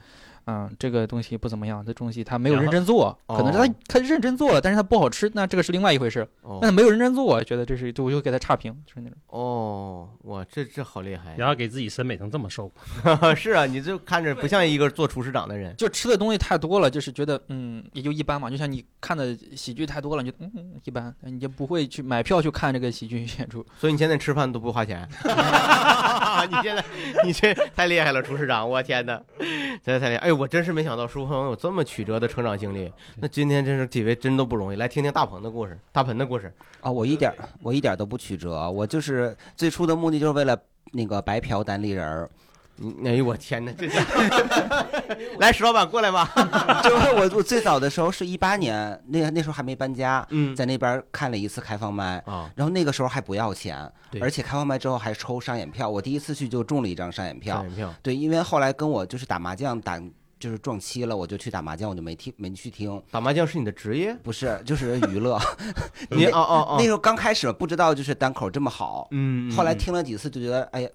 嗯，这个东西不怎么样，这东西他没有
然
认
后
真做，可能是他
哦
他认真做了，但是他不好吃，那这个是另外一回事。
哦
那他没有认真做，我觉得这是就我就给他差评，就是那种。
哦，哇，这这好厉害！
然后给自己审美成这么瘦，
是啊， 你就看着不像一个做厨师长的人。
就吃的东西太多了，就是觉得嗯也就一般嘛，就像你看的喜剧太多了，你就嗯嗯一般，你就不会去买票去看这个喜剧演出。
所以你现在吃饭都不花钱， 你现在你这太厉害了，厨师长，我天哪，真的太厉害！哎，我真是没想到舒鹏有这么曲折的成长经历。那今天真是几位真都不容易，来听听大鹏的故事，大鹏的故事。
啊、我一点儿我一点儿都不曲折，我就是最初的目的就是为了那个白嫖单立人儿。
嗯哎呦我天哪，这 来石老板过来吧。
就是我我最早的时候是一八年，那那时候还没搬家，
嗯
在那边看了一次开放麦，
啊，
然后那个时候还不要钱，
对
而且开放麦之后还抽上演票，我第一次去就中了一张上演票
三，元票，
对，因为后来跟我就是打麻将打就是撞期了，我就去打麻将，我就没听没去听，
打麻将是你的职业？
不是就是娱乐。
你哦 哦
那时
哦，
候刚开始不知道就是单口这么好，
嗯，嗯
后来，听了几次就觉得哎呀。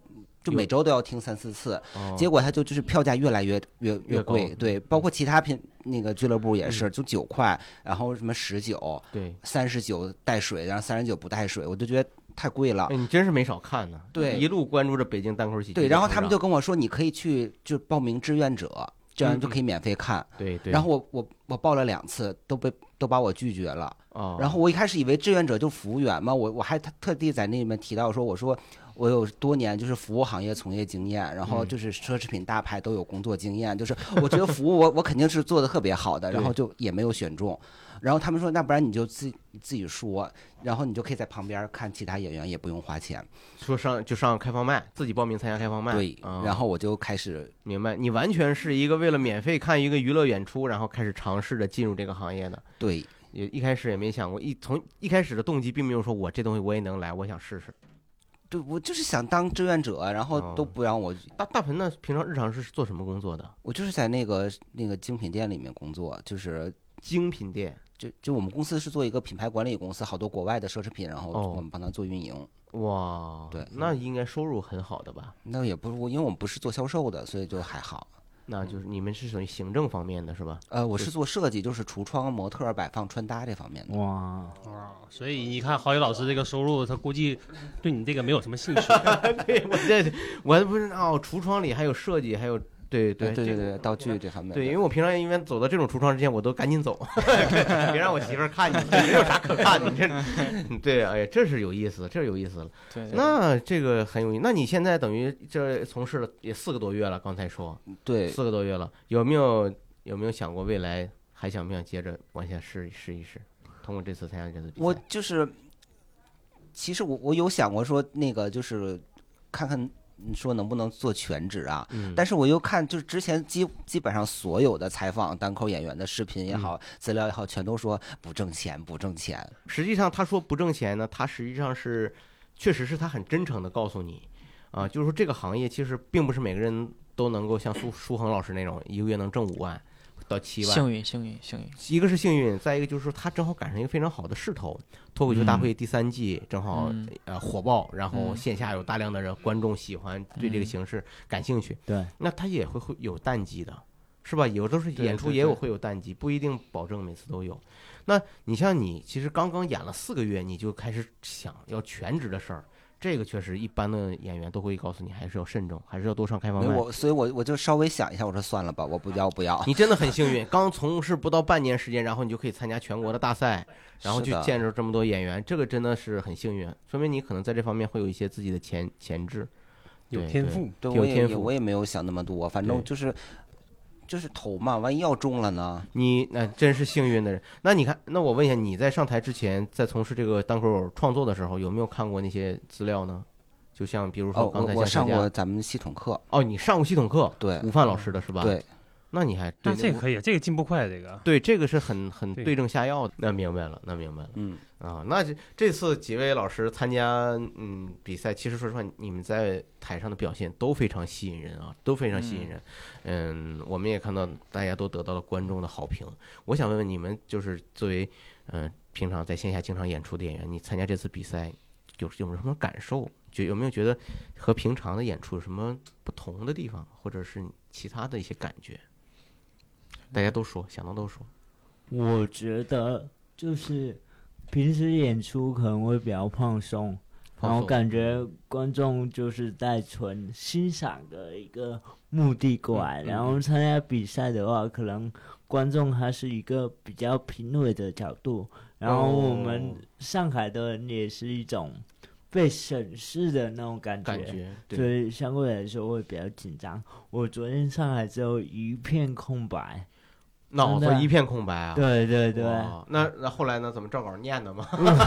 就每周都要听三四次，
嗯
结果他就就是票价越来越越
越嗯高
贵，对，包括其他品那个俱乐部也是，就九块，然后什么十九、
对，
三十九带水，然后三十九不带水，我就觉得太贵了
哎，。你真是没少看呢。
对
一路关注着北京单口喜剧的成长。
对，然后他们就跟我说，你可以去就报名志愿者，这样就可以免费看。
对嗯对，
然后我我我报了两次，都被都把我拒绝了。
哦，
然后我一开始以为志愿者就服务员嘛，我我还特特地在那里面提到说，我说我有多年就是服务行业从业经验，然后
嗯
就是奢侈品大牌都有工作经验，就是我觉得服务我 我肯定是做的特别好的，
对
然后就也没有选中。然后他们说，那不然你就自己自己说，然后你就可以在旁边看其他演员，也不用花钱。
说上就上开放麦，自己报名参加开放麦。
对，
啊
然后我就开始
明白，你完全是一个为了免费看一个娱乐演出，然后开始尝试着进入这个行业的。
对
也一开始也没想过，一从一开始的动机并没有说我这东西我也能来，我想试试。
对，我就是想当志愿者，啊然后都
哦
不让我
大大鹏呢，平常日常是做什么工作的？
我就是在那个那个精品店里面工作，就是
精品店。
就就我们公司是做一个品牌管理公司，好多国外的奢侈品，然后
哦
我们帮他做运营。
哇，
对
那应该收入很好的吧？
那也不是我，因为我们不是做销售的，所以就还好。
那就是你们是属于行政方面的是吧？哦
呃，我
对
是做设计，就是橱窗、模特儿摆放、穿搭这方面的。
哇，
啊，所以你看郝宇老师这个收入，他估计对你这个没有什 么兴趣。
对，我这我还不是哦，橱窗里还有设计，还有对对
对
哎这
对
个
对，道具这方面的。
对，因为我平常一般走到这种橱窗之前，我都赶紧走， 别让我媳妇儿看见，没有啥可看的。这，对，哎呀，这是 有意思，这是有意思了。
对，
那这个很有意思。那你现在等于这从事了也四个多月了，刚才说
对，
四个多月了，有没有有没有想过未来还想不想接着往下试试一试？通过这次参加这次比赛，
我就是其实我我有想过说那个就是看看你说能不能做全职啊，
嗯
但是我又看，就是之前基基本上所有的采访单口演员的视频也
嗯
好，资料也好，全都说不挣钱，不挣钱。
实际上他说不挣钱呢，他实际上是，确实是他很真诚的告诉你，啊，就是说这个行业其实并不是每个人都能够像苏苏恒老师那种一个月能挣五万到七万，
幸运，幸运，幸运。
一个是幸运，再一个就是说他正好赶上一个非常好的势头，脱口秀大会第三季正好、
嗯
呃火爆，然后
嗯
线下有大量的人观众喜欢，对这个
嗯
形式感兴趣，
对，
那他也会会有淡季的，是吧？有的时候
对
演出
对
也有
对
会有淡季，不一定保证每次都有。那你像你，其实刚刚演了四个月，你就开始想要全职的事儿，这个确实一般的演员都会告诉你，还是要慎重，还是要多上开放
没有
麦。
我，所以我我就稍微想一下，我说算了吧，我不要不 要。
你真的很幸运，刚从事不到半年时间，然后你就可以参加全国的大赛，然后
是
去
的
见着这么多演员，这个真的是很幸运，说明你可能在这方面会有一些自己的潜潜质。
有
对
天
对
赋，
挺
对，
有
我也
天
也
赋
我也没有想那么多，反正
对
就是就是投嘛，万一要中了呢？
你那真是幸运的人。那你看，那我问一下，你在上台之前，在从事这个单口创作的时候，有没有看过那些资料呢？就像比如
哦，
说
我
刚才
我
像
上
大家
过咱们系统课，
哦，你上过系统课，
对
午饭老师的是吧？，
对，
那你还
那
对
这个可以，啊这个进步快，这个
对这个是很很
对
对症下药的。那明白了，那明白了
嗯，
啊。那这这次几位老师参加嗯比赛，其实说实话，你们在台上的表现都非常吸引人啊，都非常吸引人。嗯，我们也看到大家都得到了观众的好评。我想问问你们，就是作为嗯、呃平常在线下经常演出的演员，你参加这次比赛有有没有什么感受？就有没有觉得和平常的演出有什么不同的地方，或者是其他的一些感觉？大家都说，想到都说，
我觉得就是平时演出可能会比较放松，
放松
然后感觉观众就是在纯欣赏的一个目的过来，
嗯嗯
然后参加比赛的话，可能观众他是一个比较评委的角度，然后我们
哦
上海的人也是一种被审视的那种感
感觉
所以相对来说会比较紧张。我昨天上来之后一片空白，
脑子
真的
一片空白啊。
对对对，
哇哦那那后来呢？怎么照稿念 的吗？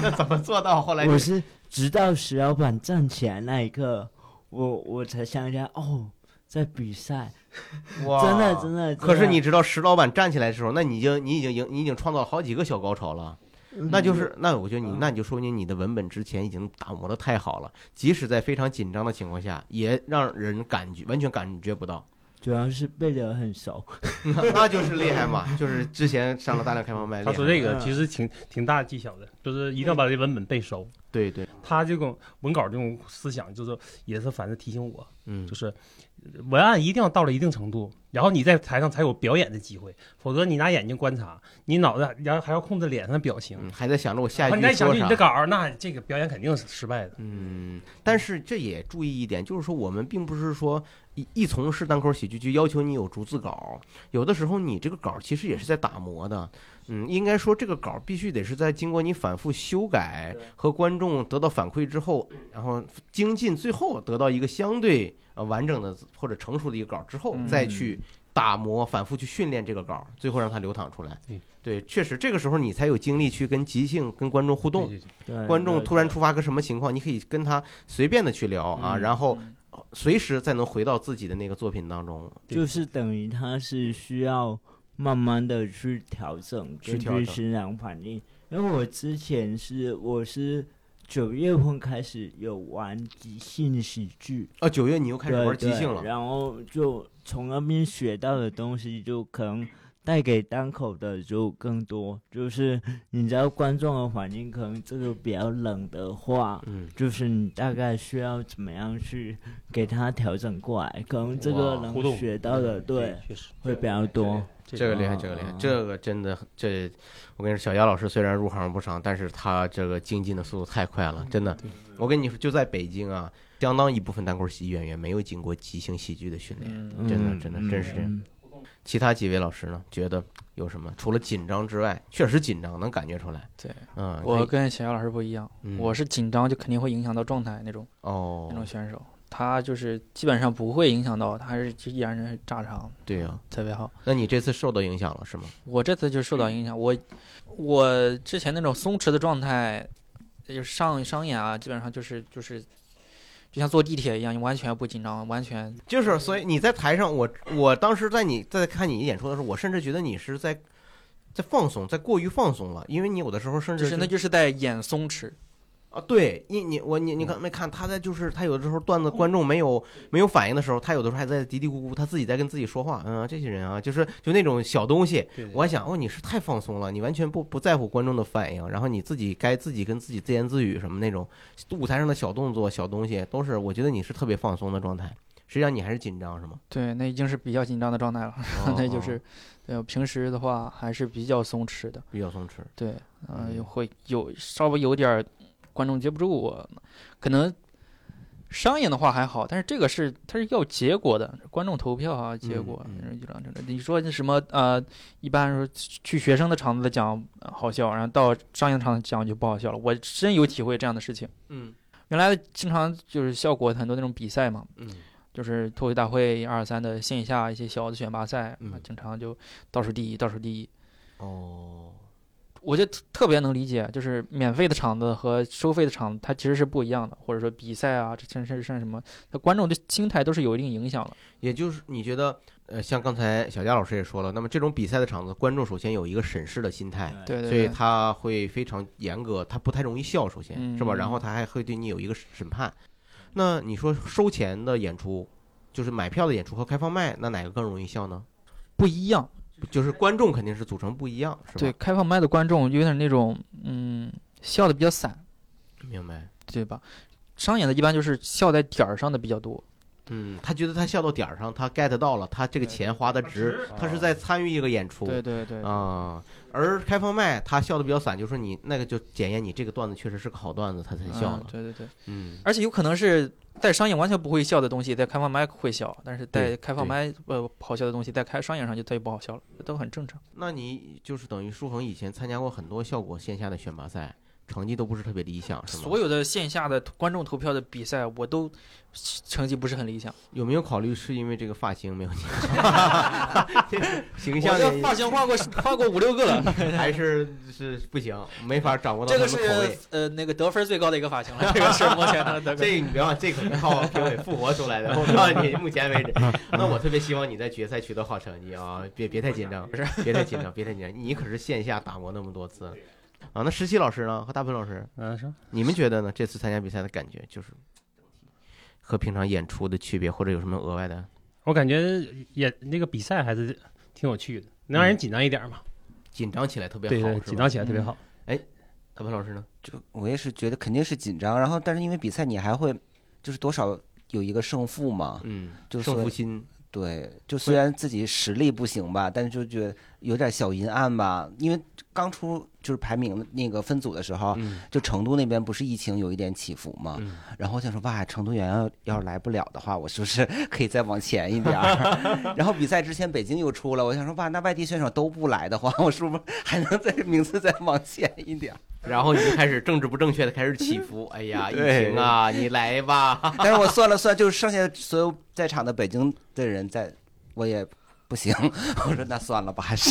那怎么做到后来？
我是直到石老板站起来那一刻，我我才想起来，哦，在比赛，
哇，
真的真的。
可是
真的
你知道石老板站起来的时候，那你已经你已经赢你已经创造了好几个小高潮了，
嗯
那就是那我觉得你那你就说明你的文本之前已经打磨的太好了，即使在非常紧张的情况下，也让人感觉完全感觉不到，
主要是背得很熟，
那那就是厉害嘛，就是之前上了大量开放麦，
他说这
厉害啊
个
嗯
其实挺挺大技巧的，就是一定要把这文本背熟。
对对，
他这种文稿这种思想，就是也是反正提醒我，
嗯
就，是文案一定要到了一定程度，然后你在台上才有表演的机会，否则你拿眼睛观察，你脑子然后还要控制脸上的表情，
嗯还在想着我下一
然后你再
句
想
说
起你
啥
的。稿儿，那这个表演肯定是失败的。
嗯，但是这也注意一点，就是说我们并不是说一一从事单口喜剧就要求你有逐字稿，有的时候你这个稿其实也是在打磨的。嗯，应该说这个稿必须得是在经过你反复修改和观众得到反馈之后，然后精进，最后得到一个相对呃完整的或者成熟的一个稿之后，
嗯
再去打磨、反复去训练这个稿，最后让它流淌出来
对。
对，确实这个时候你才有精力去跟即兴、跟观众互动。
对对对
对
观众
对
突然突发个什么情况，你可以跟他随便的去聊啊，
嗯
然后
嗯
随时再能回到自己的那个作品当中。
就是等于他是需要慢慢的去调整，
去
根
调整
据市场反应。因为我之前是我是九月份开始有玩即兴喜剧，
啊，九月你又开始
对
玩即
对
兴了，
然后就从那边学到的东西，就可能带给单口的就更多。就是你知道观众的环境，可能这个比较冷的话，
嗯，
就是你大概需要怎么样去给它调整过来，可能这个
哇嗯
互
能
动
学到的对，
确实
会比较多。
这个厉害，
啊
这个厉害，这个真的，这我跟你说，小杨老师虽然入行不长，但是他这个精进的速度太快了，真的。我跟你说，就在北京啊，相当一部分单口喜剧演员没有经过即兴喜剧的训练。
嗯
嗯
真的真的真是这样
嗯
其他几位老师呢，觉得有什么？除了紧张之外，确实紧张，能感觉出来。
对，
嗯，
我
可以
跟小姚老师不一样，
嗯
我是紧张就肯定会影响到状态那种
哦
那，种选手，他就是基本上不会影响到，他还是就依然是炸场，
对呀、
特别好。
那你这次受到影响了是吗？
嗯我这次就受到影响，我我之前那种松弛的状态，就是上商演啊，基本上就是就是，就像坐地铁一样，你完全不紧张，完全
就是，所以你在台上，我我当时在你在看你演出的时候，我甚至觉得你是在在放松，在过于放松了，因为你有的时候甚
就
至
是那就是在演松弛。
啊，对你你我你你
嗯
看没看他在就是他有的时候段子观众没有没有反应的时候，他有的时候还在嘀嘀咕咕，他自己在跟自己说话，嗯、这些人啊，就是就那种小东西，
对对
我还想哦，你是太放松了，你完全不不在乎观众的反应，然后你自己该自己跟自己自言自语什么那种舞台上的小动作、小东西，都是我觉得你是特别放松的状态，实际上你还是紧张是吗？
对，那已经是比较紧张的状态了。
哦
那就
哦
是，对，平时的话还是比较松弛的。
比较松弛。
对，嗯、
嗯
也会有稍微有点儿观众接不住我，可能商演的话还好，但是这个是它是要结果的，观众投票啊，结
嗯
果
嗯
嗯就这样这样你说那什么呃，一般说去学生的场子讲呃好笑，然后到商业场讲就不好笑了。我深有体会这样的事情。
嗯
原来经常就是效果很多那种比赛嘛，
嗯
就是脱口大会二三的线下一些小的选拔赛，啊
嗯
经常就倒数第一，倒数第一。
哦，
我就特特别能理解，就是免费的场子和收费的场子，它其实是不一样的，或者说比赛啊，这甚至甚至什么，它观众的心态都是有一定影响了。
也就是你觉得，呃，像刚才小佳老师也说了，那么这种比赛的场子，观众首先有一个审视的心态，
对对
所以
对，
他会非常严格，他不太容易笑，首先、
嗯
是吧？然后他还会对你有一个审判。那你说收钱的演出，就是买票的演出和开放麦，那哪个更容易笑呢？
不一样。
就是观众肯定是组成不一样，是吧？
对，，开放麦的观众有点那种，嗯，笑的比较散，
明白。
对吧？商演的一般就是笑在点儿上的比较多。
嗯，他觉得他笑到点儿上，他 get 到了，他这个
对
钱花的值，哦他是在参与一个演出。
对对对，
啊、而开放麦他笑的比较散，就说你那个就检验你这个段子确实是个好段子，他才
嗯
笑了。
对对对。
嗯，
而且有可能是在商演完全不会笑的东西，在开放麦会笑，但是
对
在开放
对
麦呃好笑的东西，在开商演上就它就不好笑了，这都很正常。
那你就是等于舒恒以前参加过很多效果线下的选拔赛，成绩都不是特别理想，是吗？
所有的线下的观众投票的比赛，我都成绩不是很理想。
有没有考虑是因为这个发型没有剪？这个 形象
我
的
这发型 换过换过五六个了，
还是是不行，没法掌握到
这
他
个
们
是
口味。
呃那个得分最高的一个发型了，这个是目前的得 分。
这个你别忘，这可是靠评委复活出来的。我告诉你，目前为止，那我特别希望你在决赛取得好成绩啊！别别太紧张，
不是
别太紧张，别太紧张，你可是线下打磨那么多次了啊！那石溪老师呢？和大鹏老师，
嗯，是
你们觉得呢？这次参加比赛的感觉就是和平常演出的区别，或者有什么额外的
我感觉演那个比赛还是挺有趣的，能让人紧张一点嘛？
紧张起来特别嗯
对
好？
对，
是吧
紧张。起来特别
嗯
好。
大鹏老师呢？
就我也是觉得肯定是紧张，然后但是因为比赛你还会就是多少有一个胜负嘛，
嗯，
就
胜
说
负心，
对，就虽然自己实力不行吧，但是就觉得有点小阴暗吧，因为刚出就是排名那个分组的时候，
嗯
就成都那边不是疫情有一点起伏嘛，
嗯
然后我想说哇，成都远要要是来不了的话，我是不 是可以再往前一点儿？ 然后比赛之前北京又出了，我想说哇，那外地选手都不来的话，我是不是还能再名次再往前一点儿？
然后你就开始政治不正确的开始起伏。哎呀，疫
对
情啊，你来吧。
但是我算了算，就是剩下所有在场的北京的人在，我也不行， 我说那算了吧，还是。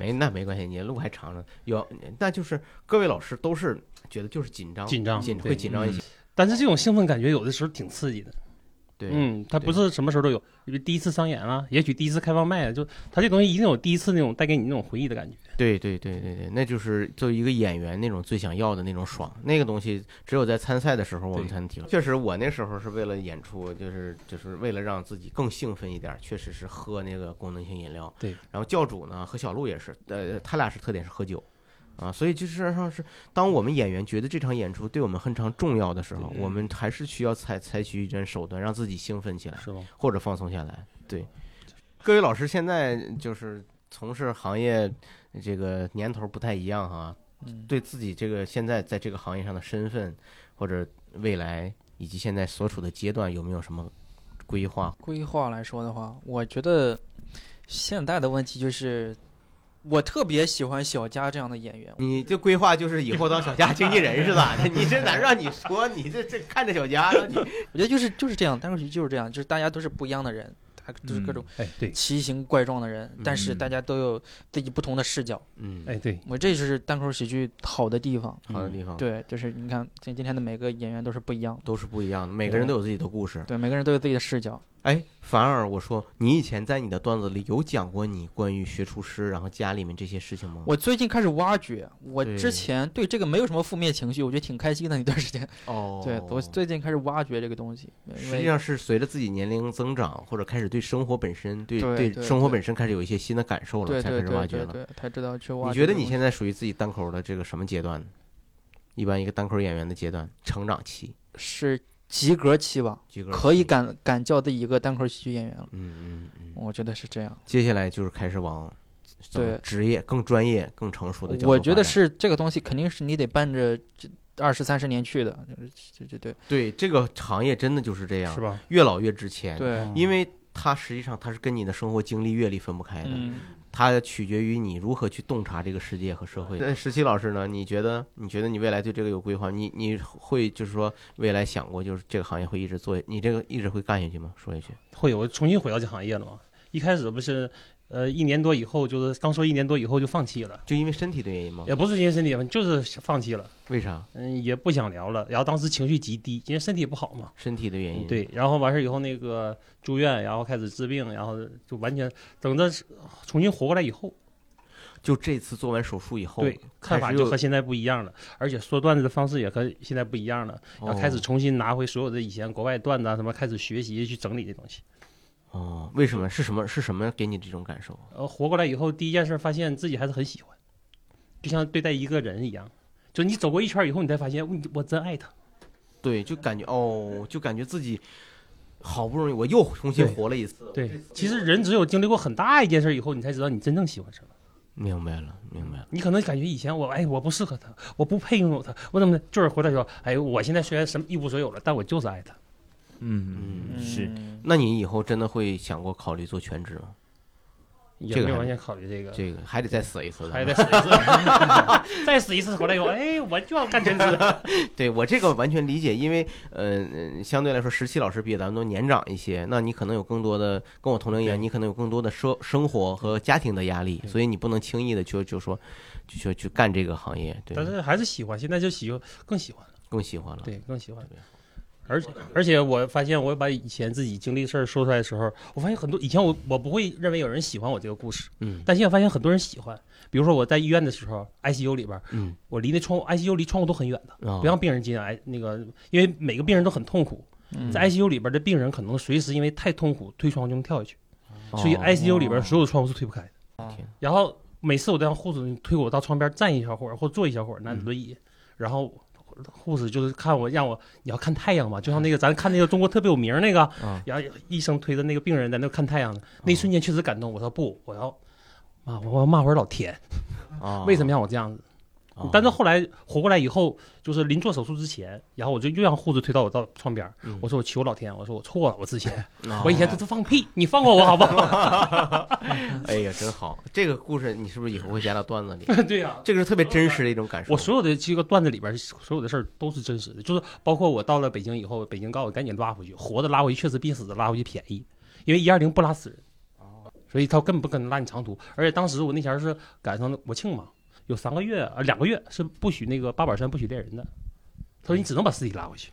没，那没关系，你路还长着。有，那就是各位老师都是觉得就是紧张，
紧张
紧
对
会紧张一些。
但是这种兴奋感觉有的时候挺刺激的，
对，
嗯，它不
对
是什么时候都有，因为第一次商演啊，也许第一次开放麦啊，就它这东西一定有第一次那种带给你那种回忆的感觉。
对对对对对，那就是作为一个演员那种最想要的那种爽，那个东西只有在参赛的时候我们
对
才能体会。确实，我那时候是为了演出，就是就是为了让自己更兴奋一点，确实是喝那个功能性饮料。
对，
然后教主呢和小鹿也是，呃，他俩是特点是喝酒。啊，所以就是上是，当我们演员觉得这场演出对我们非常重要的时候，
对嗯
我们还是需要采采取一种手段，让自己兴奋起来。
是吧？
或者放松下来。对，各位老师现在就是从事行业这个年头不太一样哈，
嗯，
对自己这个现在在这个行业上的身份或者未来以及现在所处的阶段有没有什么规划？
规划来说的话，我觉得现在的问题就是，我特别喜欢小佳这样的演员。
你这规划就是以后当小佳经纪人是吧？ 你这哪让你说？你这这看着小佳，让你
我觉得就是就是这样，单口喜剧就是这样，就是大家都是不一样的人，还就是各种
哎对，
奇形怪状的人，但是
嗯
大家都有自己不同的视角。
嗯，
哎对，
我这就是单口喜剧好的地方。
好的地方，，
对，就是你看今今天的每个演员都是不一样的，
嗯都是不一样的，每个人都有自己的故事。
对，每个人都有自己的视角。
哎，反而我说，你以前在你的段子里有讲过你关于学厨师，然后家里面这些事情吗？
我最近开始挖掘，我
嗯对
之前对这个没有什么负面情绪，我觉得挺开心的那段时间。
哦，
对我最近开始挖掘这个东西，因
实际
为
上是随着自己年龄增长，或者开始对生活本身、对
对对
生活
对
本身开始有一些新的感受了，
对
才
对
开始
对
挖掘
对
了。
对，才知道去挖掘。
你觉得你现在属于自己单口的这个什么阶段呢？一般一个单口演员的阶段，成长期，
是及格期吧？
及格
可以
期，
敢敢叫自己一个单口喜剧演员了，
嗯嗯嗯。
我觉得是这样。
接下来就是开始往怎么
对
职业更专业、更成熟的角度
我觉
发
得
展
是这个东西，肯定是你得伴着这二十三十年去的，就是这这对
对这个行业真的就是这样
是，吧？
越老越值钱。，
对，
因为它实际上它是跟你的生活经历、阅历分不开的。
嗯，
它取决于你如何去洞察这个世界和社会。那十七老师呢？你觉得？你觉得你未来对这个有规划？你你会就是说未来想过就是这个行业会一直做，你这个一直会干下去吗？说一句，
会有重新回到这行业了嘛？一开始不是呃一年多以后，就是刚说一年多以后就放弃了，
就因为身体的原因吗？
也不是因为身体，就是放弃了，
为啥？
嗯，也不想聊了。然后当时情绪极低，因为身体不好嘛。
身体的原因。，
对，然后完事儿以后那个住院，然后开始治病，然后就完全等着重新活过来以后，
就这次做完手术以后，
对，看法
开始
就
又
和现在不一样了，而且说段子的方式也和现在不一样了，然后开
哦
始重新拿回所有的以前国外段子啊什么，开始学习去整理这东西。
哦。哦，为什么？是什么？是什么给你这种感受？
呃，活过来以后，第一件事发现自己还是很喜欢，就像对待一个人一样，就你走过一圈儿以后，你才发现，嗯我真爱他。
对，就感觉哦，就感觉自己好不容易我又重新
对
活了一次。
对，其实人只有经历过很大一件事以后，你才知道你真正喜欢什么。
明白了，明白了。
你可能感觉以前我哎我不适合他，我不配拥有他，我怎么的？就是回来说，哎，我现在虽然什么一无所有了，但我就是爱他。
嗯嗯是。
嗯
那你以后真的会想过考虑做全职吗？
也
这个
没有
还
完全考虑这个，
这个还得再死一次。
呃还得再死一次， 再死一次回来以后，哎，我就要干全职。
对我这个完全理解，因为呃，嗯相对来说，十七老师比咱们都年长一些，那你可能有更多的跟我同龄
对
人，你可能有更多的生生活和家庭的压力，
对
所以你不能轻易的就就说就就去干这个行业，对啊
但，是还是喜欢，现在就喜欢，更喜欢了，
更喜欢了。
对，更喜欢
对。
而且而且我发现，我把以前自己经历的事儿说出来的时候，我发现很多以前我我不会认为有人喜欢我这个故事，
嗯
但现在发现很多人喜欢。比如说我在医院的时候，ICU 里边儿，
嗯，
我离那窗户 ICU 离窗户都很远的。
啊
不让病人进来，那个，因为每个病人都很痛苦，
嗯
在 ICU 里边的病人可能随时因为太痛苦推窗户就能跳下去，所以
哦
ICU 里边所有的窗户是推不开的。
哦
天
然后每次我都让护士推我到窗边站一小会儿或坐一小会儿，那
嗯
轮椅，然后护士就是看我让我你要看太阳嘛，就像那个咱看那个中国特别有名儿那个，
嗯
然后医生推着那个病人在那看太阳呢，
哦
那一瞬间确实感动，我说不，我要。骂我要骂会儿老天，
啊
为什么让我这样子？
哦
但是后来活过来以后，就是临做手术之前，然后我就又让护士推到我到窗边儿，
嗯
我说我求老天，我说我错了，我之前
啊
我以前都是放屁，你放过我好不 好？
哎呀真好，这个故事你是不是以后会加到段子里？
对呀、
这个是特别真实的一种感受。
我所有的这个段子里边，所有的事儿都是真实的，就是包括我到了北京以后，北京告诉我赶紧拉回去，活的拉回去确实比死的拉回去便宜，因为一二零不拉死人，
哦
所以他根本不可能拉你长途。而且当时我那前儿是赶上了国庆嘛，有三个月啊两个月是不许那个八宝山不许猎人的，他说你只能把尸体拉回去。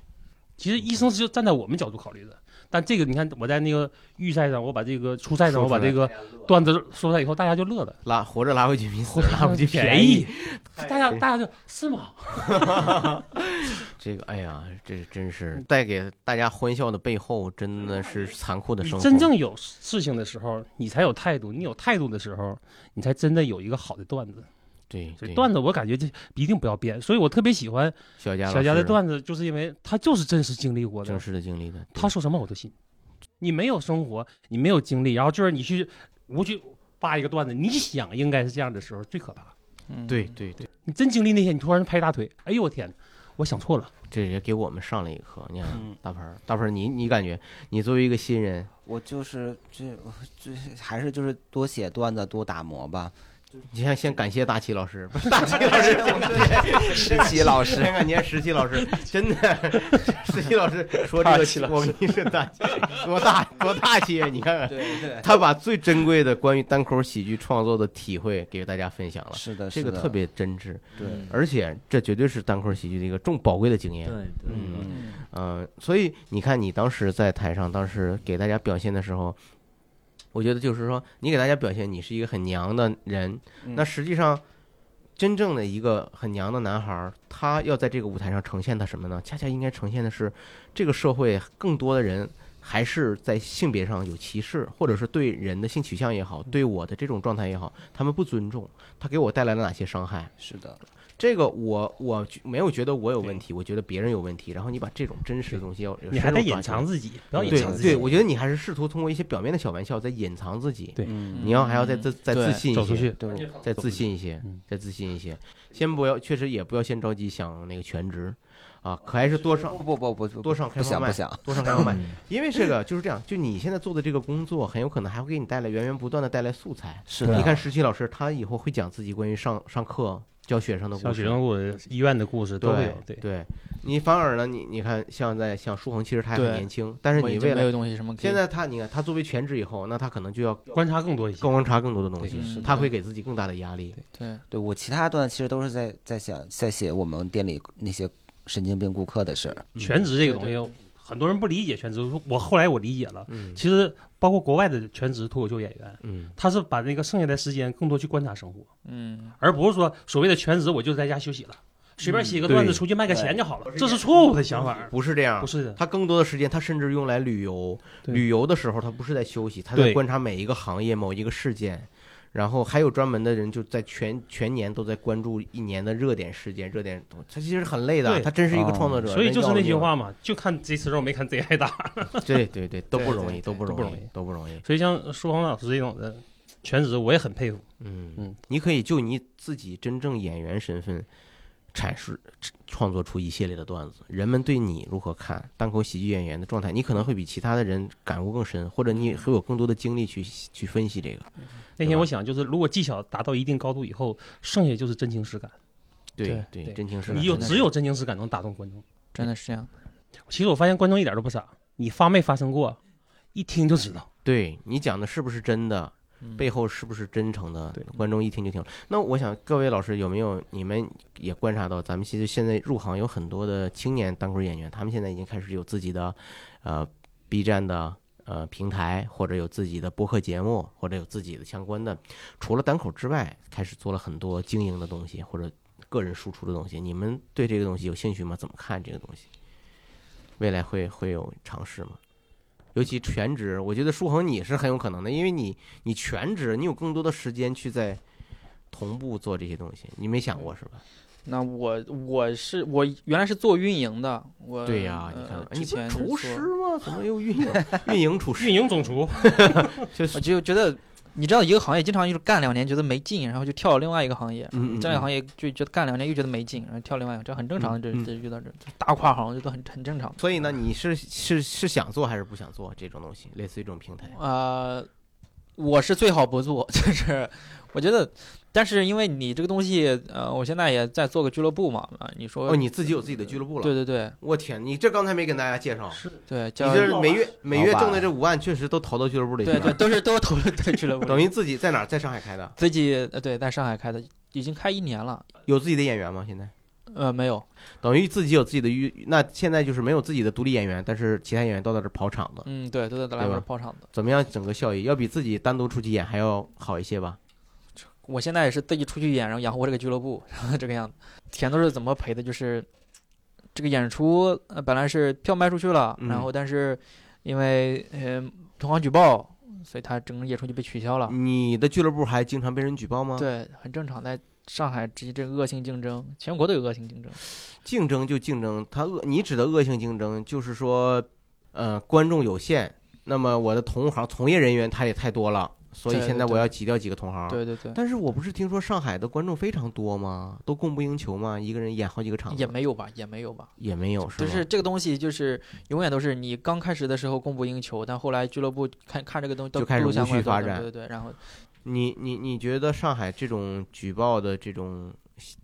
其实医生是站在我们角度考虑的，但这个你看我在那个预赛上，我把这个初赛上，
说
我
出来
把这个段子说出来以后，大家就乐了。
拉活着拉回去比死
活
着
着
拉回去
便
便宜哎
宜，，大家大家就是吗？
这个哎呀，这真
嗯
是带给大家欢笑的背后，真的是残酷的
你
生活。
真正有事情的时候，你才有态度；你有态度的时候，你才真的有一个好的段子。
对
所
对
以段子我感觉这一定不要编，所以我特别喜欢
小佳
小佳的
段
段子，就是因为他就是真实经历过
真
的，
实的经历的，
他说什么我都信。你没有生活，你没有经历，然后就是你去无去扒一个段子，你想应该是这样的时候最可怕。
嗯
对对对，
你真经历那些，你突然拍大腿，哎呦我天，我想错了。
这也给我们上了一课。你看
嗯，
大盆儿，大盆儿，你你感觉你作为一个新人，
我就是这这还是就是多写段子，多打磨吧。
你先先感谢大齐老师，
石奇 老师，
先感谢石奇老师，真的，石奇老师说这
大齐
个，
老
我们是大气，多大多大气啊！你看看，
对对，
他把最珍贵的关于单口喜剧创作的体会给大家分享了，
是的，
这个
是的
特别真挚，
对，
而且这绝对是单口喜剧的一个重宝贵的经验
对。对，
嗯
嗯，
嗯，所以你看，你当时在台上，当时给大家表现的时候，我觉得就是说，你给大家表现你是一个很娘的人，
嗯
那实际上，真正的一个很娘的男孩儿，他要在这个舞台上呈现他什么呢？恰恰应该呈现的是，这个社会更多的人还是在性别上有歧视，或者是对人的性取向也好，对我的这种状态也好，他们不尊重，他给我带来了哪些伤害？
是的，
这个我我觉没有觉得我有问题，我觉得别人有问题。然后你把这种真实的东西要
你还得隐藏
自
自己，不要隐
对
藏自己。
对，我觉得你还是试图通过一些表面的小玩笑在隐藏自己。
对
嗯，
你要还要再自再自
对
信一
走出
些，
去，
对，
再自信一些
嗯，
再自信一些。先不要，确实也不要先着急想那个全职啊，可还是多上
不不不不不
多上
不
开
想
放
不
麦，
想，
多上开放麦
嗯，
因为这个就是这样，就你现在做的这个工作，很有可能还会给你带来源源不断的带来素材。
是
对啊
你看石奇老师，他以后会讲自己关于上上课教学生的故
像
事
学，生故事、医院的故事都会
对
有。对，
你反而呢，你你看，像在像舒恒，其实他还很
对
年轻，但是
我已
你
经
未
没
来
有东西什么可以
现在他，你看他作为全职以后，那他可能就要
观察更多一些。
观察更多的东西
对是，的
嗯他会给自己更大的压力。
对嗯
对我其他段其实都是在在想在写我们店里那些神经病顾客的事儿，
全职这个东
对
西，很多人不理解全职。我后来我理解了，
嗯
其实包括国外的全职脱口秀演员，
嗯，
他是把那个剩下的时间更多去观察生活，
嗯
而不是说所谓的全职我就在家休息了，随便写个
对
段子出去卖个钱就好了，这是错误的想法。
不嗯是这样
不，是的，
他更多的时间，他甚至用来旅游。
对
旅游的时候，他不是在休息，他在
对
观察每一个行业、某一个事件。然后还有专门的人，就在全全年都在关注一年的热点事件、热点，他其实很累的，
对啊
他真是一个
哦
创作者。
所以
人
就是
要
那句
命，
话嘛，就看贼吃肉没看贼挨打。
对对对，都不
对
容易，
对
都不
都不
容
容
易
易，
都不容易。
所以像舒红老师这种的全职，我也很佩服。
嗯
嗯，
你可以就你自己真正演员身份阐述、创作出一系列的段子，人们对你如何看单口喜剧演员的状态，你可能会比其他的人感悟更深，或者你会有更多的精力去去分析这个。
那
对
天
吧
我想，就是如果技巧达到一定高度以后，剩下就是真情实感。
对
对
对，
对
真情实感。
你有
真
只有真情实感能打动观众。
真的是这样
其实我发现观众一点都不傻，你发没发生过，一听就知道。
对你讲的是不是真的，
嗯
背后是不是真诚的
对，
观众一听就听了。那我想各位老师有没有你们也观察到，咱们其实现在入行有很多的青年单口演员，他们现在已经开始有自己的呃 B 站的。呃，平台或者有自己的播客节目，或者有自己的相关的，除了单口之外，开始做了很多经营的东西或者个人输出的东西。你们对这个东西有兴趣吗？怎么看这个东西？未来会会有尝试吗？尤其全职，我觉得舒恒你是很有可能的，因为你你全职，你有更多的时间去在同步做这些东西，你没想过是吧？
那我我是我原来是做运营的，我
对呀、
呃
你看，
之
你不
前
是
是
厨
做
师吗？怎么又运营运营厨 师？
运营总厨，
就是
我就觉得，你知道一个行业经常就是干两年觉得没劲，然后就跳另外一个行业，
嗯，嗯
这样一个行业就觉得干两年又觉得没劲，然后跳另外一个，这很正常的。这
嗯嗯
这遇到这这大跨行这都很很正常的。
所以呢，你是是是想做还是不想做这种东西？类似于这种平台，
呃，我是最好不做， 就是我觉得，但是因为你这个东西，呃，我现在也在做个俱乐部嘛，啊，你说
哦，你自己有自己的俱乐部了。
对，对对
我天，你这刚才没跟大家介绍，你
对，叫
这每月每月
老板
挣的这五万，确实都投到俱乐部里去
对对
了。
都是都投入对俱乐部里，
等于自己在哪儿？在上海开的，
自己呃对在上海开的，已经开一年了，
有自己的演员吗？现在？
呃，没有，
等于自己有自己的预，那现在就是没有自己的独立演员，但是其他演员都在这跑场子，
嗯，对，都在来
对
回
吧
包场的。
怎么样？整个效益要比自己单独出去演还要好一些吧？
我现在也是自己出去演，然后养活这个俱乐部， 然后这个样子。钱都是怎么赔的？就是这个演出呃本来是票卖出去了，
嗯
然后但是因为呃同行举报，所以他整个演出就被取消了。
你的俱乐部还经常被人举嗯报吗？，
啊对，很正常，在上海这这个恶性竞争，全国都有恶性竞争。
竞争就竞争，他恶，你指的恶性竞争就是说，呃，观众有限，那么我的同行从业人员他也太多了，所以
对
现在
对
我要挤掉几个同行。
对对对，
但是我不是听说上海的观众非常多吗？都供不应求吗？一个人演好几个场子
也没有吧，也没有吧。
也没有，是
就
吗？
是这个东西，就是永远都是你刚开始的时候供不应求，但后来俱乐部看看这个东西都
就开始
都相
无序
关
发
的
展
对对对，然后
你你你觉得上海这种举报的这种，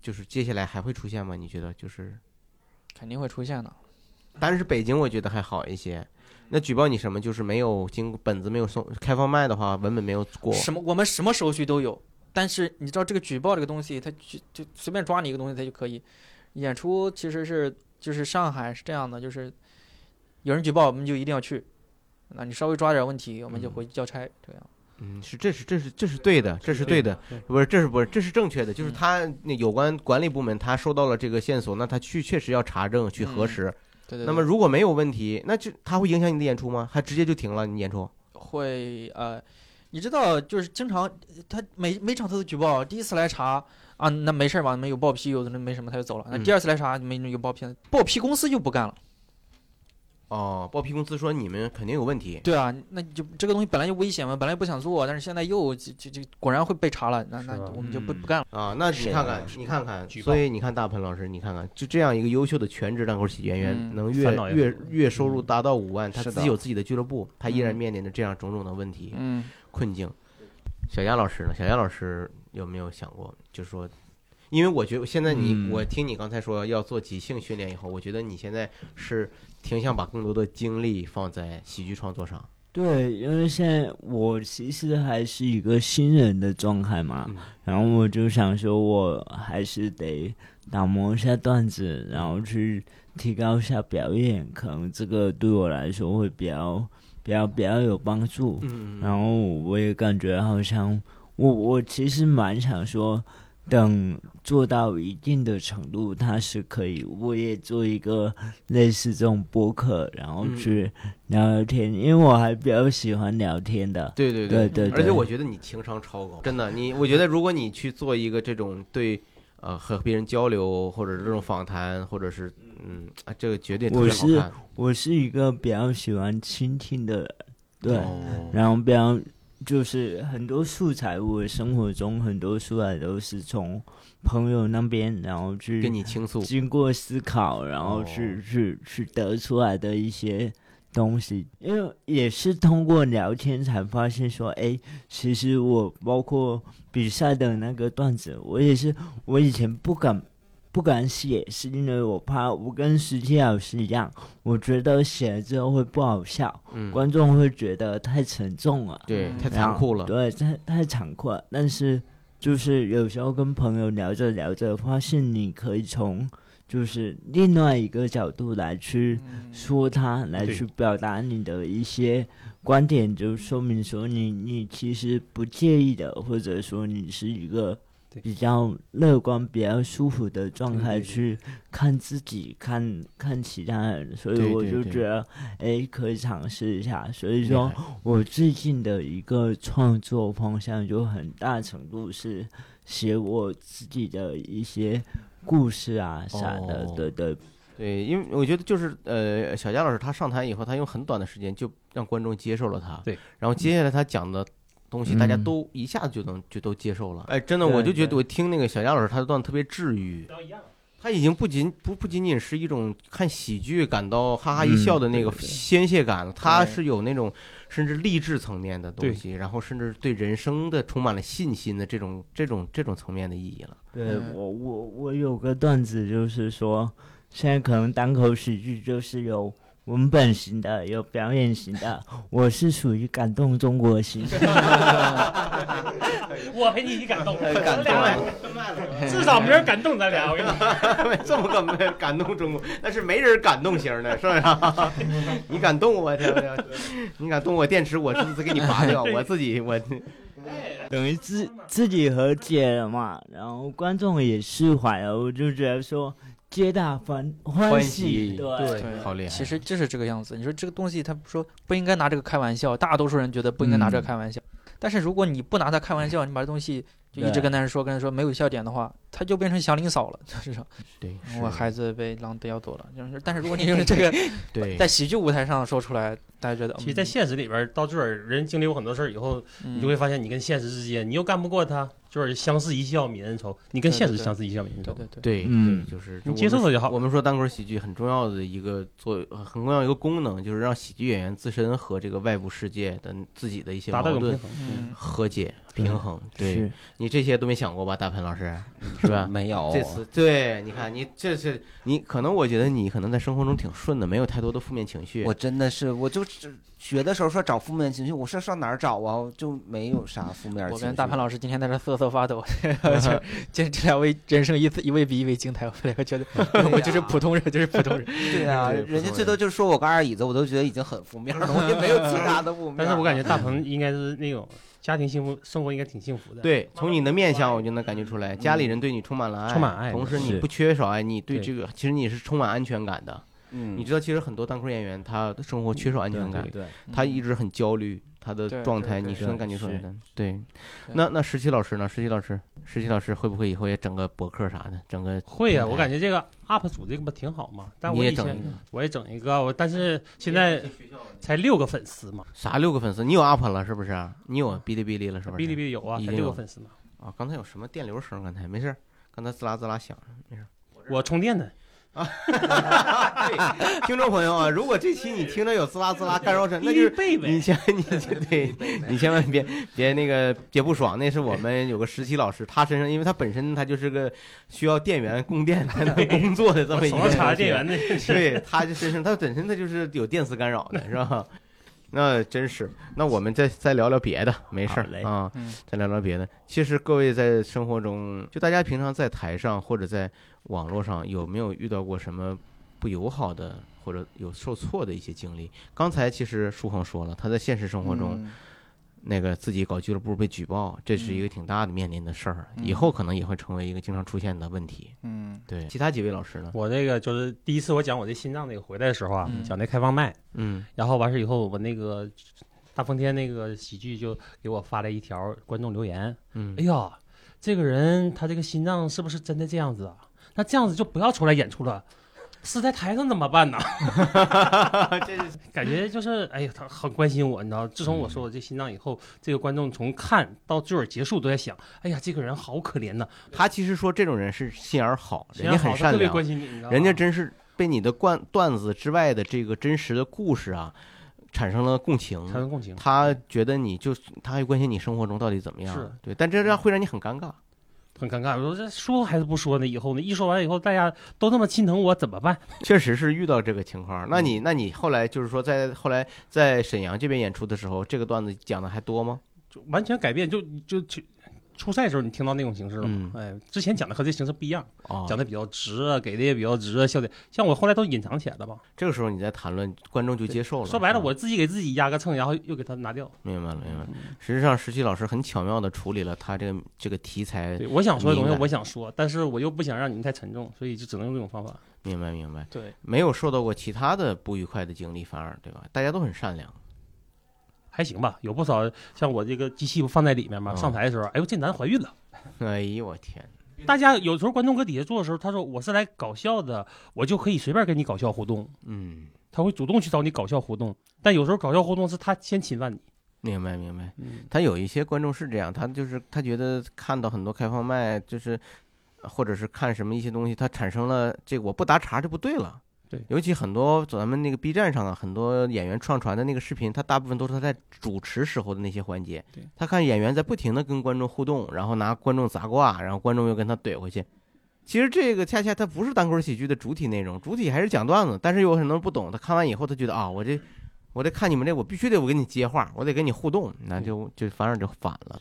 就是接下来还会出现吗？你觉得就是，
肯定会出现的。
但是北京我觉得还好一些。那举报你什么？就是没有经本子没有送开放麦的话，文本没有过。
什么我们什么手续都有，但是你知道这个举报这个东西，他就就随便抓你一个东西，他就可以。演出其实是就是上海是这样的，就是有人举报我们就一定要去，那你稍微抓点问题，我们就
嗯
回去交差，这样。
嗯，是这是这是这是对的，这是对的，，不是这是不是这是正确的，就是
嗯
他那有关管理部门他收到了这个线索，那他去确实要查证去核
嗯
实。
对对对。
那么如果没有问题，那就他会影响你的演出吗？他直接就停了你演出？
会呃，你知道，就是经常他每每场他都举报，第一次来查啊，那没事儿吧，没有报批，有的人没什么他就走了。那
嗯
第二次来查没有报批，报批公司就不干了。
哦，报批公司说你们肯定有问题。
对啊，那就这个东西本来就危险嘛，本来不想做，但是现在又就就就果然会被查了，那那
是吧
我们就不
嗯
不干了。
啊，那你
谁
看看
来了，
你看看，
举报
所以你看大鹏老师，你看看，就这样一个优秀的全职单口喜剧演员，
嗯
能
烦
月
恼也
月
很
月收入达到五万，他
是
自
的
己有自己的俱乐部，他依然
嗯
面临着这样种种的问题、
嗯，
困境。小丫老师呢？小丫老师有没有想过，就是说，因为我觉得现在你，
嗯
我听你刚才说要做即兴训练以后，我觉得你现在是挺想把更多的精力放在喜剧创作上。
对，因为现在我其实还是一个新人的状态嘛，
嗯
然后我就想说，我还是得打磨一下段子，然后去提高一下表演，可能这个对我来说会比较、比较、比较有帮助。
嗯
然后我也感觉好像我我其实蛮想说，等做到一定的程度，它是可以，我也做一个类似这种播客，然后
嗯
去聊聊天，因为我还比较喜欢聊天的。
对对
对对，
而且
对
我觉得你情商超高，真的，你我觉得如果你去做一个这种对，呃，和别人交流，或者是这种访谈，或者是嗯，啊这个绝对特
我
别好
是
看。
我是一个比较喜欢倾听的人，对，
哦
然后比较就是很多素材，我生活中很多素材都是从朋友那边，然后去
跟你倾诉，
经过思考，然后去、
哦
去去得出来的一些东西，因为也是通过聊天才发现说，哎，其实我包括比赛的那个段子，我也是我以前不敢不敢写，是因为我怕我跟石琪老师一样，我觉得写了之后会不好笑，
嗯，
观众会觉得太沉重了。
对，太
然
残
后
酷了，
嗯对，太太残酷了。但是就是有时候跟朋友聊着聊着，发现你可以从就是另外一个角度来去
嗯
说它，来
对
去表达你的一些观点，就说明说你你其实不介意的，或者说你是一个
对。
比较乐观、比较舒服的状
对
态
对对
去看自己、看看其他人，所以
对
我
对
就
对
觉得，哎，可以尝试一下。所以
厉
说
啊
害，
我最近的一个创作方向，就很大程度是写我自己的一些故事啊啥的，
哦
对对
对，因为我觉得就是呃，小佳老师他上台以后，他用很短的时间就让观众接受了他，
对，
然后接下来他讲的东西，大家
嗯
都一下子就能就都接受了。哎，真的，我就
对
觉得
对
我听那个小佳老师他的段子特别治愈，他已经不仅不不仅仅是一种看喜剧感到哈哈一笑的那个宣泄感了，他是有那种甚至励志层面的东西，然后甚至对人生的充满了信心的这种这种这种层面的意义了。
对，
嗯
我我我有个段子，就是说，现在可能单口喜剧就是有文本型的，有表演型 的，我是属于感动中国型。
我陪你一起感动，
感动了
至少没人敢动咱俩。我跟你说，
这么个没感动中国，那是没人感动型的，是不是啊？你敢动我， 对不对你敢动我电池，我自己给你拔掉，我自己我
等于自自己和解了嘛，然后观众也释怀了，我就觉得说皆大欢欢喜，对，
对
好厉害。
其实就是这个样子。你说这个东西，他说不应该拿这个开玩笑，大多数人觉得不应该拿这个
嗯
开玩笑。但是如果你不拿它开玩笑，你把这东西就一直
对
跟他说，跟他说没有笑点的话，他就变成祥林嫂了。就是说
对，是
我孩子被狼叼走了。就是，但是如果你用这个
对
在喜剧舞台上说出来，大家觉得，
其实，在现实里边，到这儿人经历过很多事儿以后，
嗯
你就会发现，你跟现实之间，你又干不过他，就是相似一笑泯恩仇，你跟现实相似一笑泯恩
对
仇。
对对，
对，
嗯
对就是
你接受了就好
我们说单口喜剧很重要的一个作，呃很重要一个功能，就是让喜剧演员自身和这个外部世界的自己的一些
达
矛
到一种
盾
平衡。
嗯，
和解、
对
平衡。对
是
你这些都没想过吧，大潘老师，是吧？
没有
这次对，你看你这是你可能我觉得你可能在生活中挺顺的，没有太多的负面情绪。
我真的是，我就是学的时候说找负面情绪，我说上哪儿找啊？我就没有啥负面情绪。
我跟大潘老师今天在这瑟瑟发抖，就这这两位人生一次一位比一位精彩，我两个觉得我就是普通人，就是普通人。
对啊，
对不
人家
同
最
人
多就说我个二椅子，我都觉得已经很负面了，我也没有其他的负面。
但是我感觉大鹏应该是那种家庭幸福，生活应该挺幸福的。，
对，从你的面相我就能感觉出来，家里人对你充满了爱，
充满爱
同时你
是
不缺少爱，你对
对
这个其实你是充满安全感的。
嗯，
你知道，其实很多单口演员他生活缺少安全感，
对
他一直很焦虑，他的
对
状
对
态
对
你是能感觉出来
是
的。对，那那石奇老师呢？石奇老师，石奇老师会不会以后也整个博客啥的，整个
会呀、
平台
我感觉这个 UP 主这个不挺好嘛？但
你
我
也
以
整
前
一个
我也整一个，我但是现在才六个粉丝嘛，
啥六个粉丝？你有 UP 了是不是？啊你有哔哩哔哩了是不是？
嗯哔哩哔哩有啊，
已
才
经
六
有
个粉丝嘛。
啊，刚才有什么电流声？刚才没事儿，刚才滋啦滋啦响。
我充电呢，
对，听众朋友啊，如果这期你听着有滋啦滋啦干扰声，那就是
贝
你
呗。
千你对，你千万别别那个别不爽，那是我们有个实习老师，他身上因为他本身他就是个需要电源供电才能工作的这
我
么一
手
个
上插着
人
电源呢，
对，他就身上他本身他就是有电磁干扰的，是吧？那真是，那我们再再聊聊别的，没事
好嘞
儿啊
嗯，
再聊聊别的。其实各位在生活中，就大家平常在台上或者在网络上，有没有遇到过什么不友好的或者有受挫的一些经历？刚才其实舒恒说了，他在现实生活中，
嗯
那个自己搞俱乐部被举报，这是一个挺大的面临的事儿，以
嗯
后可能也会成为一个经常出现的问题。
嗯
对，其他几位老师呢？
我那个就是第一次我讲我这心脏那个回来的时候啊，
嗯
讲那开放麦，
嗯，
然后完事以后我那个大风天那个喜剧就给我发了一条观众留言，
嗯
哎呀，这个人他这个心脏是不是真的这样子啊？那这样子就不要出来演出了，死在台上怎么办呢？ 感觉就是哎呀，他很关心我，你知道，自从我说我这心脏以后，这个观众从看到最后结束都在想，哎呀，这个人好可怜呐、
他其实说这种人是心眼儿好，人
虽然
家
好
很
他
善
特别
良，
关心你，你啊知道吗
人家真是被你的段段子之外的这个真实的故事啊，产生了共
产
情。
生共情。
他觉得你就，他还关心你生活中到底怎么
是嗯
样，对，但这样会让你很尴尬。
很尴尬，我说这说还是不说呢？以后呢？一说完以后，大家都那么心疼我，怎么办？
确实是遇到这个情况。那
嗯
你，那你后来就是说，在后来在沈阳这边演出的时候，这个段子讲的还多吗？
就完全改变，就就就初赛的时候你听到那种形式了吗？
嗯
哎，之前讲的和这形式不一样，
哦，
讲的比较直啊，给的也比较直啊，笑点像我后来都隐藏起来了吧？
这个时候你在谈论，观众就接受了。
说白了，
是吧
我自己给自己压个秤，然后又给它拿掉。
明白了，明白了。
嗯
实际上，石奇老师很巧妙的处理了他这个这个题材。
对，我想说的东
明
西
白
我想说，但是我又不想让你们太沉重，所以就只能用这种方法。
明白，明白。
对，
没有受到过其他的不愉快的经历，反而对吧？大家都很善良。
还行吧，有不少像我这个机器不放在里面吗？
嗯
上台的时候，哎呦，这男怀孕了。
哎呦我天，
大家有时候观众搁底下坐的时候，他说我是来搞笑的，我就可以随便跟你搞笑互动，
嗯，
他会主动去找你搞笑互动。但有时候搞笑互动是他先侵犯你。
明白明白。
嗯，
他有一些观众是这样，他就是他觉得看到很多开放麦，就是或者是看什么一些东西，他产生了这个我不搭茬就不对了。
对
尤其很多咱们那个 B 站上啊，很多演员上传的那个视频，他大部分都是他在主持时候的那些环节。
对，
他看演员在不停的跟观众互动，然后拿观众砸挂，然后观众又跟他怼回去。其实这个恰恰它不是单口喜剧的主体内容，主体还是讲段子。但是有很多人不懂，他看完以后，他觉得啊，我这我得看你们这，我必须得我跟你接话，我得跟你互动，那就就反而就反了。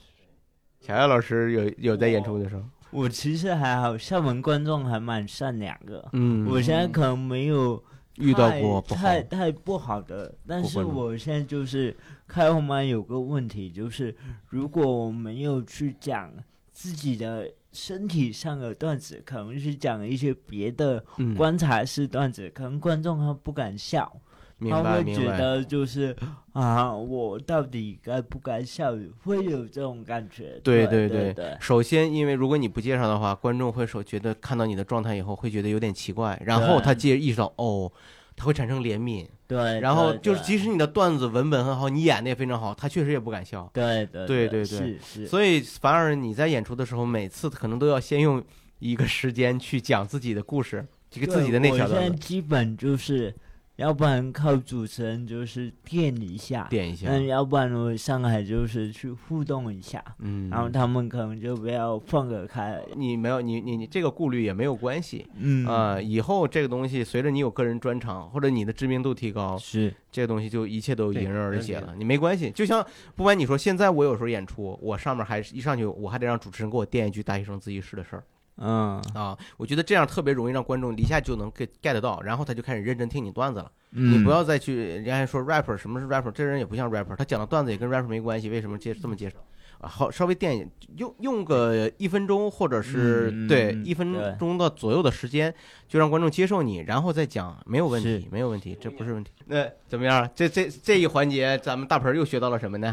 小艾老师有有在演出的时候，
我其实还好，厦门观众还蛮善良的。
嗯
我现在可能没有
遇到
太
过不好
太太不好的，但
过
是
关了
我现在就是开后妈有个问题，就是如果我没有去讲自己的身体上的段子，可能是讲一些别的
嗯
观察式段子，可能观众他不敢笑，
明
他
白
会觉
明白，
得就是啊，我到底该不该笑，会有这种感觉。
对
对
对
对，
首先，因为如果你不介绍的话，观众会首觉得看到你的状态以后会觉得有点奇怪，然后
对
他接意识到哦，它会产生怜悯。
对，
然后
对
就是，即
对
使你的段子文本很好，你演的也非常好，他确实也不敢笑。
对对
对对对
是是，
所以反而你在演出的时候，每次可能都要先用一个时间去讲自己的故事，这个
对
自己的那条
我现
段
在
子
基本就是，要不然靠主持人就是垫一下，
点一下。
嗯，要不然我上海就是去互动一下，
嗯，
然后他们可能就不要放得开，
你没有你你你这个顾虑也没有关系
嗯
啊、以后这个东西随着你有个人专场或者你的知名度提高，
是
这个东西就一切都
对
迎刃而解
没问
了，你没关系。就像不瞒你说，现在我有时候演出，我上面还是一上去，我还得让主持人给我垫一句大学生自习室的事儿
嗯
啊，我觉得这样特别容易让观众一下就能 get get 到，然后他就开始认真听你段子了。
嗯，
你不要再去，人家还说 rapper 什么是 rapper，这人也不像 rapper，他讲的段子也跟 rapper 没关系，为什么介这么介绍？啊，好，稍微垫一用用个一分钟，或者是、
嗯嗯
对
嗯
一
对
分钟到左右的时间，就让观众接受你，然后再讲，没有问题
是，
没有问题，这不是问题。那怎么样？这这这一环节，咱们大盆儿又学到了什么呢？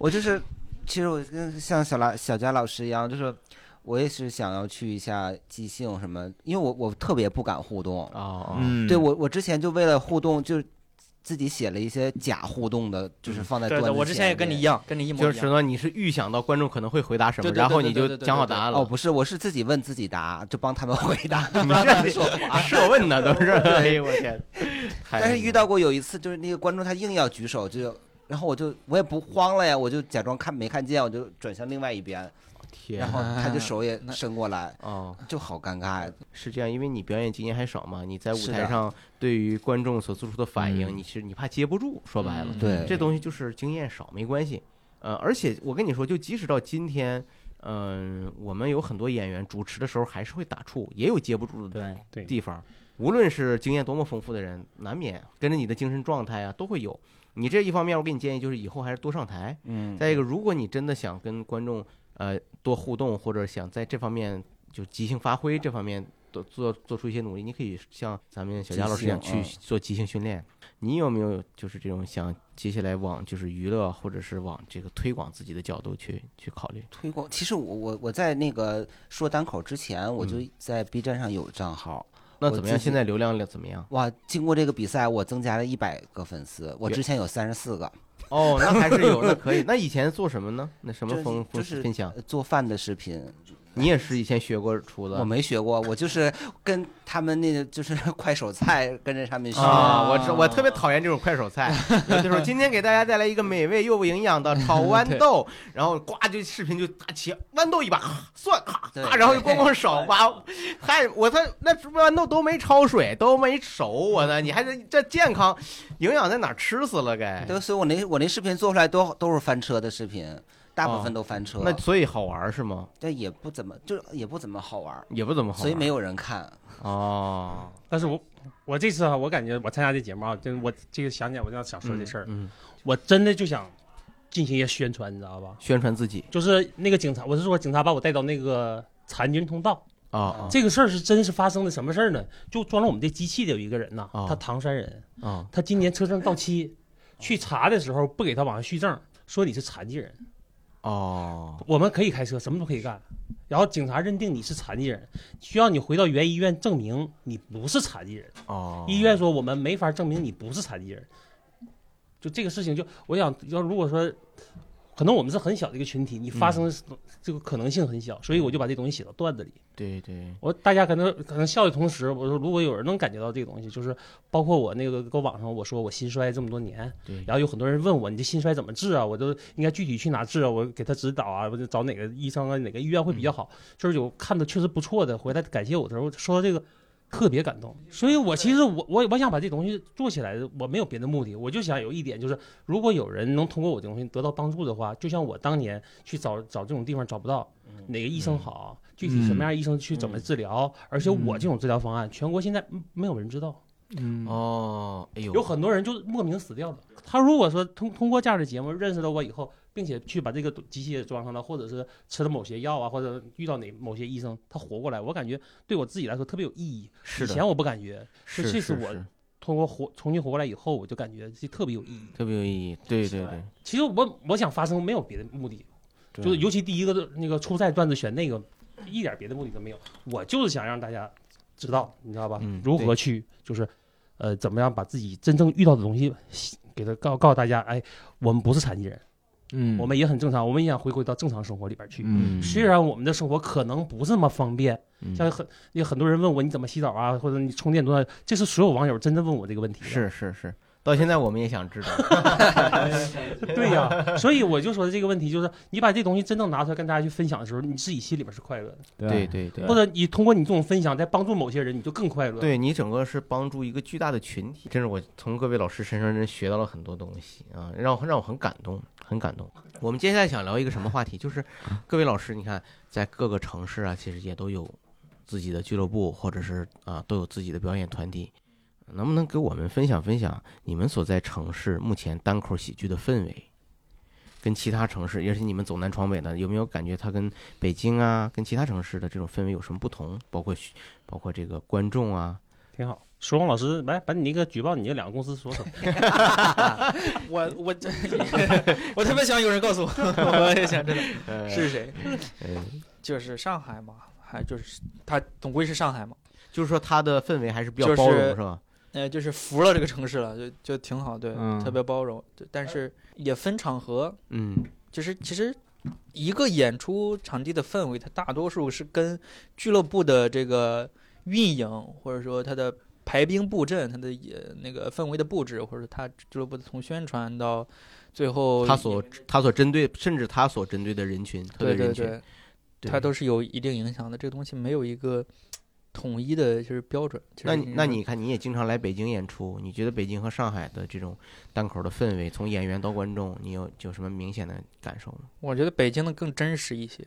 我就是，其实我跟像小拉小佳老师一样，就是我也是想要去一下即兴什么，因为我我特别不敢互动。
哦，
嗯，
对我我之前就为了互动，就是自己写了一些假互动的，就是放在
嗯对
段子
的，我之前也
前
跟你
面
一。样，跟你一模
就
一
是
样。
呢，你是预想到观众可能会回答什么，
对对对
然后你
对对
就
对对
讲好
对对
答案了。
哦，不是，我是自己问自己答，就帮他们 回答。
你这设问呢， 都是。哎呦我天！
哎
太
但是遇到过有一次，就是那个观众他硬要举手，就然后我就我也不慌了呀，我就假装看没看见，我就转向另外一边，
天
然后他就
啊
手也
那
伸过来，
哦，
就好尴尬呀。
是这样，因为你表演经验还少嘛，你在舞
是
台
的
上对于观众所做出的反应，
嗯
你是你怕接不住，说白了，
嗯
对
这东西就是经验少没关系。呃，而且我跟你说，就即使到今天，嗯、我们有很多演员主持的时候还是会打怵，也有接不住的
对，
对
地方。无论是经验多么丰富的人，难免跟着你的精神状态啊都会有。你这一方面，我给你建议就是以后还是多上台，
嗯，
再一个，如果你真的想跟观众呃多互动，或者想在这方面就即兴发挥这方面多做做出一些努力，你可以像咱们小
即
佳老师一样
兴
去
嗯
做即兴训练。你有没有就是这种想接下来往就是娱乐或者是往这个推广自己的角度去去考虑？
推广。其实我我我在那个说单口之前，我
嗯
就在 B 站上有账号。
那
我
怎么样？
自己
现在流量怎么样？
哇，经过这个比赛，我增加了一百个粉丝，我
也
之前有三十四个。
哦，那还是有，那可以。那以前做什么呢？那什么
就是
风风
就是
分享？
呃做饭的视频
你也是以前学过厨
我
子？
没学过，我就是跟他们那个就是 快手菜跟着他们学。
啊，
啊
我知我特别讨厌这种快手菜， 有的时候今天给大家带来一个美味又不营养的炒豌豆，然后呱就视频就大切豌豆一把，咔蒜咔
对
啊咔，然后就咣咣勺，
对
把还我他那豌豆都没焯水，都没熟，我呢你还是这健康营养在哪儿吃死了该？
对，所以我那我那视频做出来都都是翻车的视频，大部分都翻车，
哦那所以好玩是吗？
但也不怎么就也不怎么好玩，
也不怎么好玩，
所以没有人看。
哦，
但是我我这次啊，我感觉我参加这节目啊，真我这个想起来我就想说这事儿，
嗯，嗯
我真的就想进行一些宣传，你知道吧？
宣传自己
就是那个警察，我是说警察把我带到那个残疾人通道，
啊啊
这个事儿是真是发生的什么事儿呢？就装了我们这机器的有一个人呐、
哦
他唐山人，
啊！
他今年车证到期，去查的时候不给他往上续证，说你是残疾人，
哦，
我们可以开车，什么都可以干。然后警察认定你是残疾人，需要你回到原医院证明你不是残疾人。
哦，
医院说我们没法证明你不是残疾人。就这个事情就，我想要如果说，可能我们是很小的一个群体，你发生这个可能性很小，所以我就把这东西写到段子里。
对对，
我大家可能可能笑的同时，我说如果有人能感觉到这个东西，就是包括我那个搁网上我说我心衰这么多年，
对
然后有很多人问我你这心衰怎么治啊？我都应该具体去哪治啊？我给他指导啊，我就找哪个医生啊，哪个医院会比较好？就是有看的确实不错的，回来感谢我的时候说到这个。特别感动，所以我其实我我我想把这东西做起来，我没有别的目的，我就想有一点就是，如果有人能通过我这东西得到帮助的话，就像我当年去找找这种地方找不到哪个医生好，具体什么样的医生去怎么治疗，而且我这种治疗方案，全国现在没有人知道，
嗯
哦，哎呦，
有很多人就莫名死掉了。他如果说通通过这样的节目认识到我以后，并且去把这个机器也装上了，或者是吃了某些药啊，或者遇到哪某些医生，他活过来，我感觉对我自己来说特别有意义。
是
以
的
前，我不感觉，
是是
这是我通过活重新活过来以后，我就感觉这特别有意义。
特别有意义。对
是
对
吧
对，
其实我我想发声没有别的目的，
对
就是尤其第一个那个初赛段子选那个，一点别的目的都没有，我就是想让大家知道，你知道吧？
嗯
如何去就是，呃，怎么样把自己真正遇到的东西给他告告诉大家，哎，我们不是残疾人，
嗯
我们也很正常，我们也想回归到正常生活里边去。
嗯
虽然我们的生活可能不这么方便，
嗯
像很有很多人问我你怎么洗澡啊，或者你充电多少，这是所有网友真正问我这个问题的。
是是是，到现在我们也想知道，
对呀、所以我就说的这个问题就是，你把这东西真正拿出来跟大家去分享的时候，你自己心里边是快乐的，
对对对
或。者你通过你这种分享再帮助某些人，你就更快乐。，
对你整个是帮助一个巨大的群体，真是我从各位老师身上真学到了很多东西啊，让我让我很感动，很感动。我们接下来想聊一个什么话题？就是各位老师，你看在各个城市啊，其实也都有自己的俱乐部，或者是啊都有自己的表演团体，能不能给我们分享分享你们所在城市目前单口喜剧的氛围？跟其他城市，也是你们走南闯北的，有没有感觉它跟北京啊，跟其他城市的这种氛围有什么不同？包括学包括这个观众啊，
挺好。说王老师，来把你那个举报你那两个公司说说。
我我这我特别想有人告诉我，我也想知道
呃
是谁，
呃，
就是上海嘛，还就是他总归是上海嘛，
就是说它的氛围还是比较
就
包容，
是
是吧？
呃，就是服了这个城市了，就就挺好，对，
嗯
特别包容，对但是也分场合，
嗯
就是其实一个演出场地的氛围，它大多数是跟俱乐部的这个运营，或者说它的排兵布阵、它的呃那个氛围的布置，或者它俱乐部从宣传到最后，
他所他所针对，甚至他所针对的人群，特
对
定
对
人群，
对，它都是有一定影响的。这个东西没有一个统一的就是嗯标准。其实
那你那你看，你也经常来北京演出，你觉得北京和上海的这种单口的氛围，从演员到观众，你有有什么明显的感受吗？
我觉得北京的更真实一些。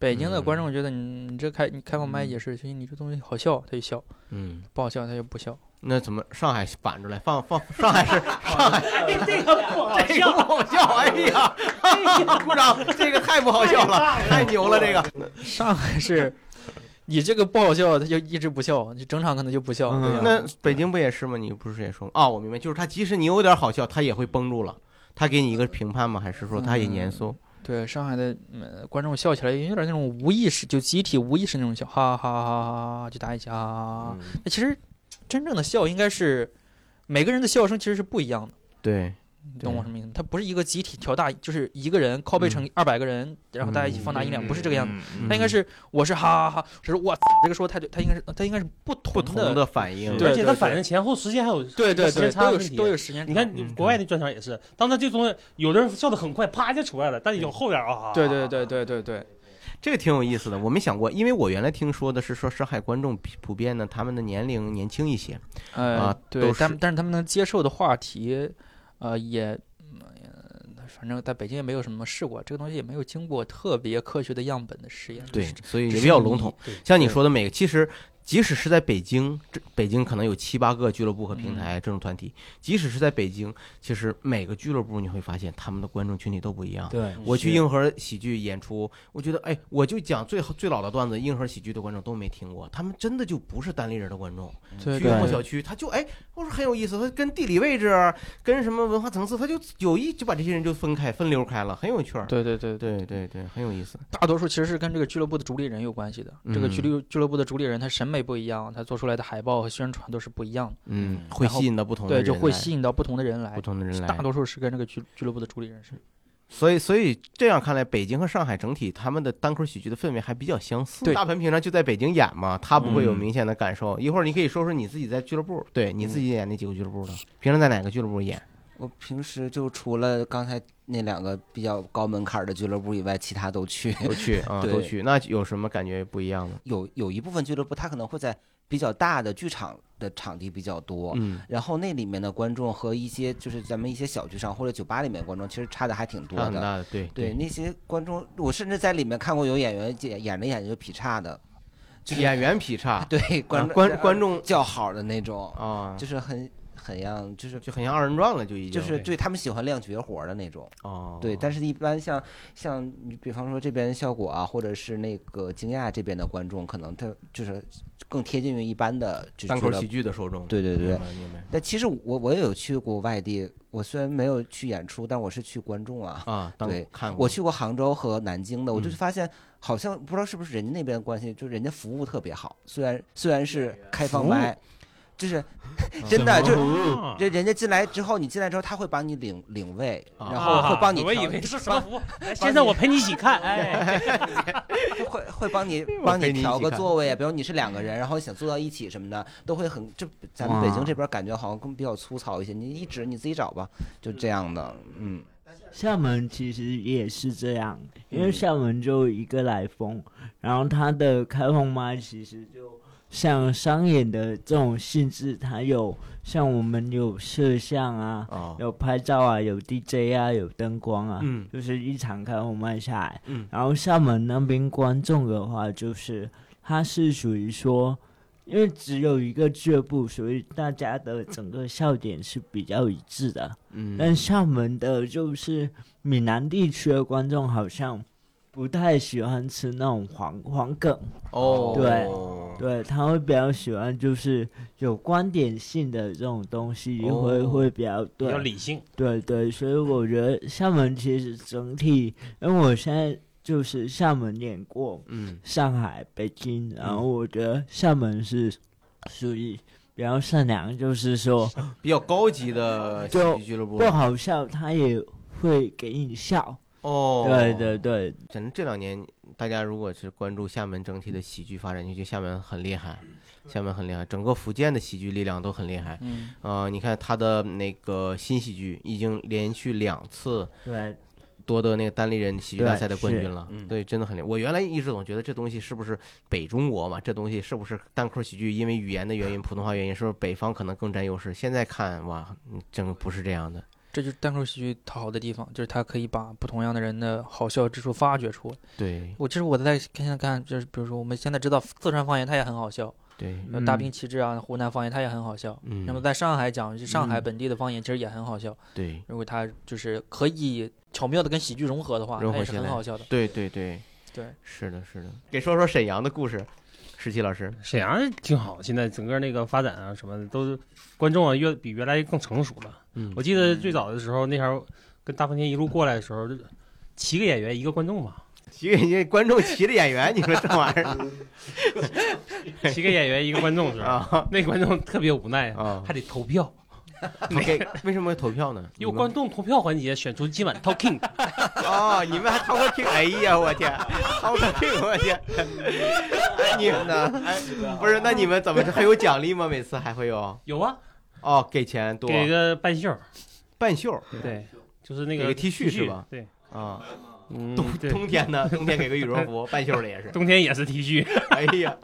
北京的
嗯
观众觉得你你这开你开放麦
嗯
也是，你这东西好笑他就笑，
嗯，
不好笑他就不笑。
那怎么上海反出来放放上海是上海
哎，这个不好
这个不好 笑，哎呀， 鼓掌，这个太不好笑了，
哎
太牛了，这个。
上海是，你这个不好笑，他就一直不笑，你整场可能就不笑。
嗯
对呀
那北京不也是吗？你不是也说吗？啊，我明白，就是他即使你有点好笑，他也会绷住了。他给你一个评判吗？还是说他也严肃？
对上海的、呃、观众笑起来有点那种无意识，就集体无意识那种笑，哈哈哈哈哈哈，就打一下。哈哈哈哈
嗯
那其实真正的笑应该是每个人的笑声其实是不一样的，
对，
你
对
懂我什么意思吗？它不是一个集体调大，就是一个人靠背成二百个人，然后大家一起放大音量，不是这个样子。
子
嗯
他应该是我是哈哈哈，是我操这个说的太对，他应该是他应该是不同
不
的，
同的反应。
对
而且它反应前后时间还有
对对
时间
对，
差
都
的
有
问题
都有时间差。
你看你国外的专场也是，当他这东西，有的人笑的很快，啪就出来了，但有后边啊，
对对对对对对，
这个挺有意思的，我没想过，因为我原来听说的是说上海观众普普遍呢，他们的年龄年轻一些。
呃
啊，
对
都，
但
是
但是他们能接受的话题，呃，也，嗯呃反正在北京也没有什么试过，这个东西也没有经过特别科学的样本的实验。
对
只是，
所以
只
也
是
比较笼统
对。
像你说的每个，其实即使是在北京，这北京可能有七八个俱乐部和平台这种团体，即使是在北京，其实每个俱乐部你会发现他们的观众群体都不一样。
对
我去
是
硬核喜剧演出，我觉得哎，我就讲最好最老的段子，硬核喜剧的观众都没听过，他们真的就不是单立人的观众。
对
去幽默
对
小区，他就哎，我说很有意思，他跟地理位置啊，跟什么文化层次，他就有意就把这些人就分开分流开了，很有趣儿。
对对对对，
对对对，很有意思。
大多数其实是跟这个俱乐部的主理人有关系的。
嗯
这个俱乐俱乐部的主理人他审美不一样，他做出来的海报和宣传都是不一样的，
嗯，
嗯
会
然后
吸引到不同的
对，
人
就会
来
吸引到不同的人来
不。同的人来
大。多数是跟这个俱俱乐部的主理人是。
所以所以这样看来，北京和上海整体他们的单口喜剧的氛围还比较相似。
对
大鹏平常就在北京演嘛，他不会有
嗯
明显的感受。一会儿你可以说说你自己在俱乐部，对你自
嗯
己演那几个俱乐部的，平常在哪个俱乐部演？
我平时就除了刚才那两个比较高门槛的俱乐部以外，其他都去。
都去啊，
对
都去。那有什么感觉不一样吗？
有有一部分俱乐部，它可能会在比较大的剧场的场地比较多，
嗯，
然后那里面的观众和一些就是咱们一些小剧场或者酒吧里面的观众，其实差的还挺多
差很
的。
大的，对
对那些观众，我甚至在里面看过有演员演演着演着就劈叉的，就是
演员劈 叉，
对观
观啊
众
观
呃
观众
叫好的那种，
啊，
就是很很样，就是
就很像二人转了，就已经
就是对他们喜欢亮绝活的那种。
哦，
对，但是一般像像你比方说这边效果啊，或者是那个惊讶这边的观众，可能他就是更贴近于一般的就
单
是
口
俱
喜
乐。
剧的受众，
对对对
明，白明白
但其实我我也有去过外地，我虽然没有去演出，但我是去观众啊，
啊，当
对
看过
我去过杭州和南京的，我就
嗯
发现好像不知道是不是人家那边关系，就人家服务特别好，虽然虽然是开放麦，就是
哦
真
嗯
的就
啊
这人家进来之后，你进来之后他会帮你领领位，
啊
然后会帮你
我
调，
以为是什么服务，哎 现在我陪你一起看，哎，
会会 帮你帮
陪
你
你一
调
起
个
看嗯
座位啊，比如你是两个人，然后想坐到一起什么的，都会很就咱们北京这边感觉好像更比较粗糙一些，你一指你自己找吧，就这样的，嗯，
厦门其实也是这样，因为
嗯
厦门就一个来风，然后它的开放麦其实就像商演的这种性质，它有像我们有摄像啊，
哦，
有拍照啊，有 DJ 啊，有灯光啊，
嗯
就是一场开放麦下来，
嗯
然后厦门那边观众的话，就是它是属于说，因为只有一个俱乐部，所以大家的整个笑点是比较一致的，
嗯，
但厦门的就是闽南地区的观众好像不太喜欢吃那种黄黄梗，
哦，
对对，他会比较喜欢就是有观点性的这种东西
哦
会、会比较
比较
对
理性，
对对，所以我觉得厦门其实整体，因为我现在就是厦门演过
嗯，
上海、北京，然后我觉得厦门是属于比较善良，就是说
比较高级的喜
就
剧俱乐部
不，好笑他也会给你笑。
哦，
对对对，
反正这两年大家如果是关注厦门整体的喜剧发展，就觉得厦门很厉害，厦门很厉害，整个福建的喜剧力量都很厉害。
嗯，
呃，你看他的那个新喜剧已经连续两次
对，
夺得那个单立人喜剧大赛的冠军了
对是嗯，
对，真的很厉害。我原来一直总觉得这东西是不是北中国嘛，这东西是不是单口喜剧因为语言的原因、普通话原因，是不是北方可能更占优势？现在看哇，嗯真不是这样的。
这就是单口喜剧它好的地方，就是它可以把不同样的人的好笑之处发掘出来。
对
我其实我在看现在看，就是比如说我们现在知道四川方言它也很好笑，
对，
呃大兵旗帜啊，湖南方言它也很好笑。
嗯，
那么在上海讲，就上海
嗯
本地的方言其实也很好笑。
对
如果它就是可以巧妙的跟喜剧融合的话，
融合
它也是
起
很
来
好笑的。
对对对，
对，
是的，是的。给说说沈阳的故事，石奇老师。
沈阳挺好，现在整个那个发展啊什么的，都是观众啊越比原来更成熟了。
嗯
我记得最早的时候，那时候跟大风天一路过来的时候，就是七个演员一个观众嘛，
骑给人观众骑着演员，你说这玩意 儿啊
七个演员一个观众是吧？
啊
那观众特别无奈，
啊
还得投票，
给为什么要投票呢？
有
你们
观众投票环节选出今晚 talking，
哦，你们还掏个听？哎呀，我天，掏个听，我 天！哎你们呢？哎，不是，那你们啊怎么还有奖励吗？每次还会有？
有啊，
哦，给钱多，
给个半袖儿，
半袖儿
对，就是那
给
个
个 T 恤是吧？
对，
啊。
嗯，
冬
对，
冬天呢？冬天给个羽绒服，半袖儿的也 是。
冬天也是 T 恤，
哎呀，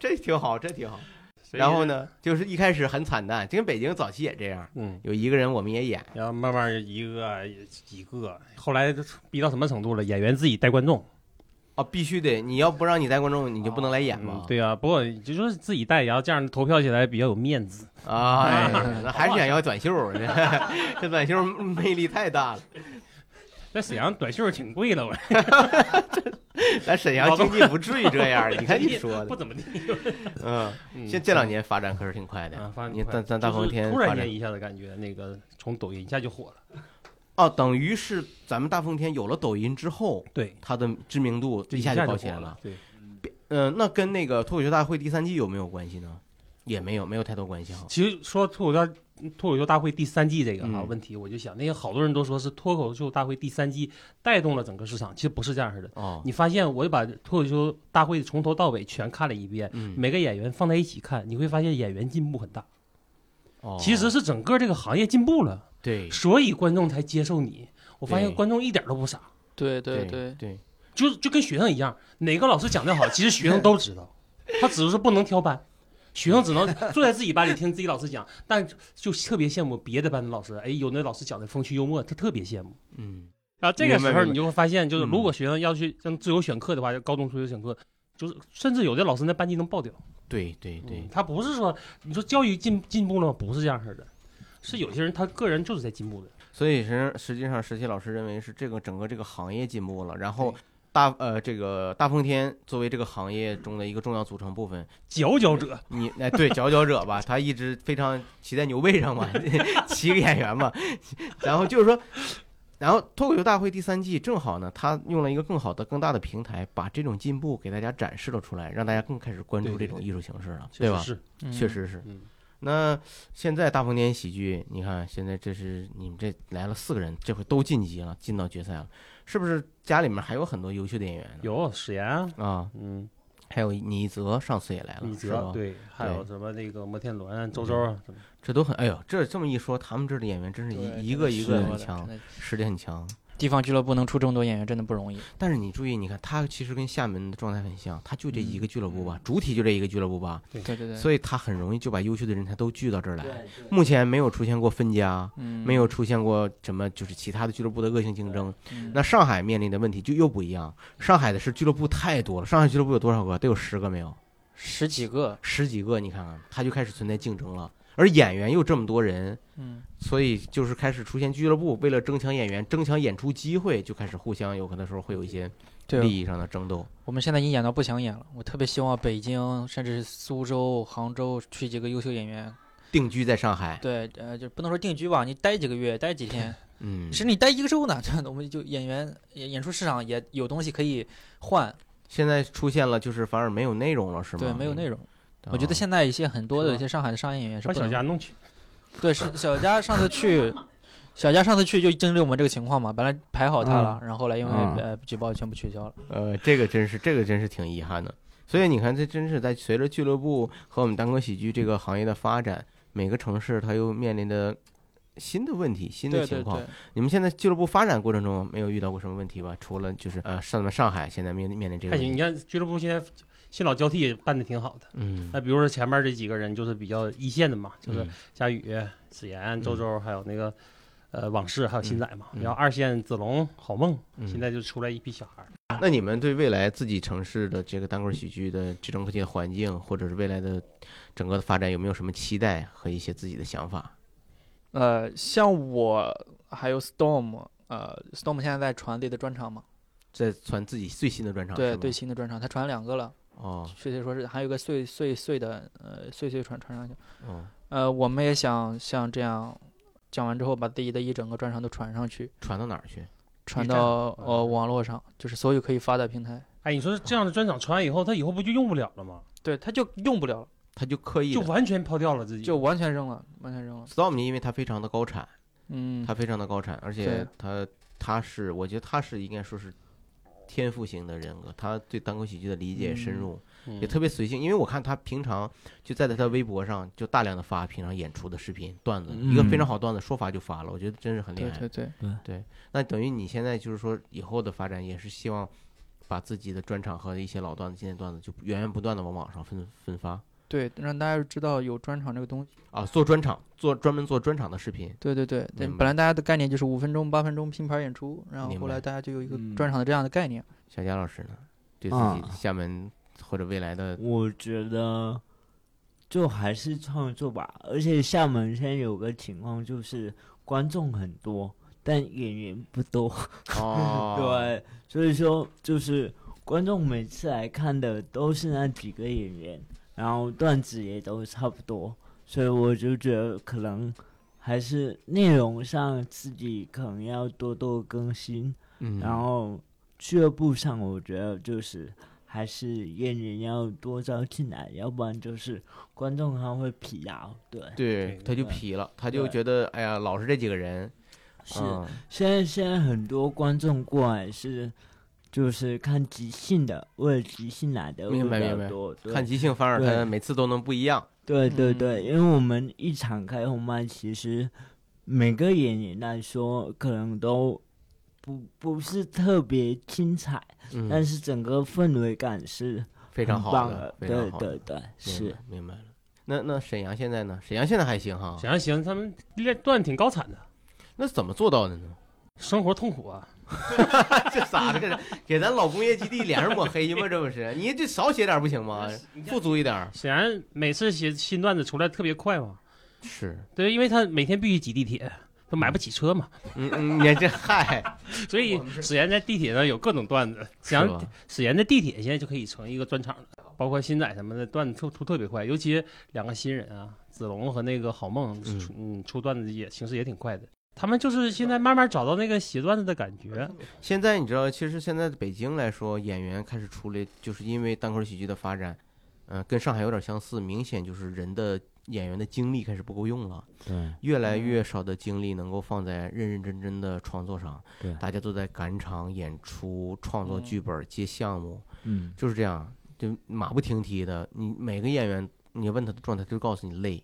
这挺好，这挺好。
所 以
然后？呢，就是一开始很惨淡，就跟北京早期也这样，
嗯，
有一个人我们也演。
然后慢慢一个一个，后来都逼到什么程度了？演员自己带观众，
哦，必须得，你要不让你带观众，你就不能来演
嗯
嘛。，
对啊，不过就说自己带，然后这样投票起来比较有面子。
啊，哎那还是想要短袖儿，这 短袖儿魅力太大了。
在沈阳短袖挺贵的，我
咱沈阳经济不至于这样儿，你看你说的，
不怎么地。
嗯，
嗯
现这两年发展可是挺快的
啊，发。
你咱咱大
就是
风天
突然
发展
间一下子感觉那个从抖音一下就火了。
哦，等于是咱们大风天有了抖音之后，
对，
它的知名度
这
一下
就
就高起
火
来了
了。。对，
嗯，那跟那个脱口秀大会第三季有没有关系呢？也没有，没有太多关系哈。
其实说脱口秀大嗯脱口秀大会第三季这个哈、
嗯
问题，我就想，那些好多人都说是脱口秀大会第三季带动了整个市场，其实不是这样式的。
哦，
你发现，我就把脱口秀大会从头到尾全看了一遍，
嗯，
每个演员放在一起看，你会发现演员进步很大。
哦
其实是整个这个行业进步了，
对
所以观众才接受你。我发现
对
观众一点都不傻，
对对
对
对，
对，
就就跟学生一样，哪个老师讲的好，其实学生都知道，他只是不能挑班。学生只能坐在自己班里听自己老师讲，但就特别羡慕别的班的老师。哎，有那老师讲的风趣幽默，他特别羡慕。
嗯，
然后这个
明白
时候
明白
你就会发现，就是
嗯
如果学生要去像自由选课的话，高中自由选课，就是甚至有的老师那班级能爆掉。
对对对
嗯，他不是说你说教育进进步了吗？不是这样式的，是有些人他个人就是在进步的。
所以实实际上，石奇老师认为是这个整个这个行业进步了，然后
对
大呃这个大风天作为这个行业中的一个重要组成部分，
佼佼者，
你哎对佼佼者吧，他一 直非常骑在牛背上嘛，骑个演员嘛，然后就是说。然后脱口秀大会第三季正好呢，他用了一个更好的、更大的平台，把这种进步给大家展示了出来，让大家更开始关注这
对对
种
对
艺术形式了，
确
对
实
吧？
是，
确实是。
嗯，
那现在大风天喜剧，你看现在这是你们这来了四个人，这回都晋级了，进到决赛了，是不是？家里面还有很多优秀的演员呢
有史岩啊，
啊，
嗯，
还有李泽上次也来了，
米
是吧嗯
泽？对，还有什么那个摩天轮、周周啊，
这都很哎呦，这这么一说，他们这儿的演员真是
对
一一个一个
是
很强，。
真的
实力很强。
地方俱乐部能出这么多演员，真的不容易。
但是你注意，你看他其实跟厦门的状态很像，他就这一
嗯
个俱乐部吧，主体就这一个俱乐部吧，
对对对，
所以他很容易就把优秀的人才都聚到这儿来。
对
目前没有出现过分家，
嗯
没有出现过什么就是其他的俱乐部的恶性竞争。
嗯
那上海面临的问题就又不一样，上海的是俱乐部太多了，上海俱乐部有多少个？得有十个没有？
十几个，
十几个，你看看，他就开始存在竞争了。而演员又这么多人，
嗯，
所以就是开始出现俱乐部为了争抢演员、争抢演出机会，就开始互相有可能时候会有一些利
对，
益上的争斗。
我们现在已经演到不想演了。我特别希望北京，甚至是苏州、杭州去几个优秀演员。
定居在上海，
对，呃，就不能说定居吧，你待几个月，待几天，
嗯，
甚至你待一个周呢， 这我们就演员演演出市场也有东西可以换。
现在出现了就是反而没有内容了，是吗？嗯哦啊
对，没有内
容。
容。我觉得现在一些很多
是
的
吧
一些上海的商业演员是
把
不
小
能
佳弄去，
对，是小佳上次去，小佳上次去就针对我们这个情况嘛，本来排好他了，然后后来因为、
嗯
呃举报全部取消了。
呃，这个真是，这个真是挺遗憾的。所以你看，这真是在随着俱乐部和我们单口喜剧这个行业的发展，每个城市它又面临的新的问题、新的
对对
情况。
对，
你们现在俱乐部发展过程中没有遇到过什么问题吧？除了就是呃，上咱们上海现在面面临这个
还
问
行。你
题，
看俱乐部现在新老交替办的挺好的，
嗯，
那比如说前面这几个人就是比较一线的嘛，就是
嗯
佳宇、史岩、周周，还有那个呃往事，还有新仔嘛，
嗯嗯
然后二线子龙、好梦，
嗯
现在就出来一批小孩儿。
那你们对未来自己城市的这个单口喜剧的这整体的环境，或者是未来的整个的发展，有没有什么期待和一些自己的想法？
呃，像我还有 Storm，呃，Storm 现在在传自己的专场嘛，
在传自己最新的专场，啊是
对
吗
对，新的专场，他传两个了，
哦
确切说是还有个碎碎碎的，呃，碎碎传传上去。
哦，
呃，我们也想像这样讲完之后，把自己的一整个专场都传上去，
传到哪儿去？
传
一站
到
嗯
呃网络上，就是所有可以发的平台。
哎，你说这样的专场传完以后，他以后不就用不了了吗？
对，他就用不了了，
他就刻意
就
地
完全抛掉了自己，
就完全扔了，完全扔了。
Storm，因为嗯它非常的高产，
嗯
它，非常的高产，而且
对
它它是，我觉得他是应该说是天赋型的人格，他对单口喜剧的理解也深入，
嗯
也特别随性。因为我看他平常就在他的微博上就大量的发平常演出的视频段子，一个非常好段子说发就发了，我觉得真是很厉
嗯对
害。
对对，
那等于你现在就是说以后的发展也是希望把自己的专场和一些老段子、经典段子就源源不断的往网上分分发
对，让大家知道有专场这个东西。
啊，做专场，做专门做专场的视频。
对对对，对
明
本来大家的概念就是五分钟、八分钟拼盘演出，然后
明
后来
白
大家就有一个
嗯
专场的这样的概念。
小佳老师呢，对自
啊
己厦门或者未来 的，
我觉得就还是创作吧，而且厦门现在有个情况就是观众很多，但演员不多。
哦
对，所以说就是观众每次来看的都是那几个演员，然后段子也都差不多，所以我就觉得可能还是内容上自己可能要多多更新，
嗯，
然后俱乐部上我觉得就是。还是演员要多招进来，要不然就是观众他会疲劳。对，
对
对，
他就
对
皮了，他就
对
觉得哎呀，老是这几个人，
是、
嗯
现在现在很多观众过来是，就是看即兴的，为了即兴来的会
明
比
白
较
明白
多。对
看即兴，反而
对
他每次都能不一样，
对对对，
嗯
因为我们一场开红麦，其实每个演员来说可能都不不是特别精彩，但
嗯，
是整个氛围感是
非常好
很棒
的，非
对
常好的，
对对，
明
是
白明白了。那那沈阳现在呢？沈阳现在还行哈，
嗯想想行，他们练段挺高产的，
那怎么做到的呢？
生活痛苦啊，
这咋的？这是给咱老工业基地脸上抹黑吗？这不是？你就少写点不行吗？富足一点
显然每次写新段子出来特别快嘛，
是，
对，因为他每天必须挤地铁，他买不起车嘛，
嗯嗯，你这嗨，
所以史岩在地铁上有各种段子。
是
想
吧
史岩在地铁现在就可以成一个专场了，包括新仔什么的段子出出特别快，尤其两个新人啊，子龙和那个郝梦
嗯
出嗯出段子也形式也挺快的。他们就是现在慢慢找到那个写段子的感觉，
现在你知道，其实现在北京来说，演员开始出来，就是因为单口喜剧的发展，嗯、跟上海有点相似，明显就是人的演员的精力开始不够用了，
对
越来越少的精力能够放在认认真真的创作上，
对
大家都在赶场演出、创作
嗯
剧本、接项目，
嗯
就是这样，就马不停蹄的。你每个演员，你问他的状态，他就告诉你累，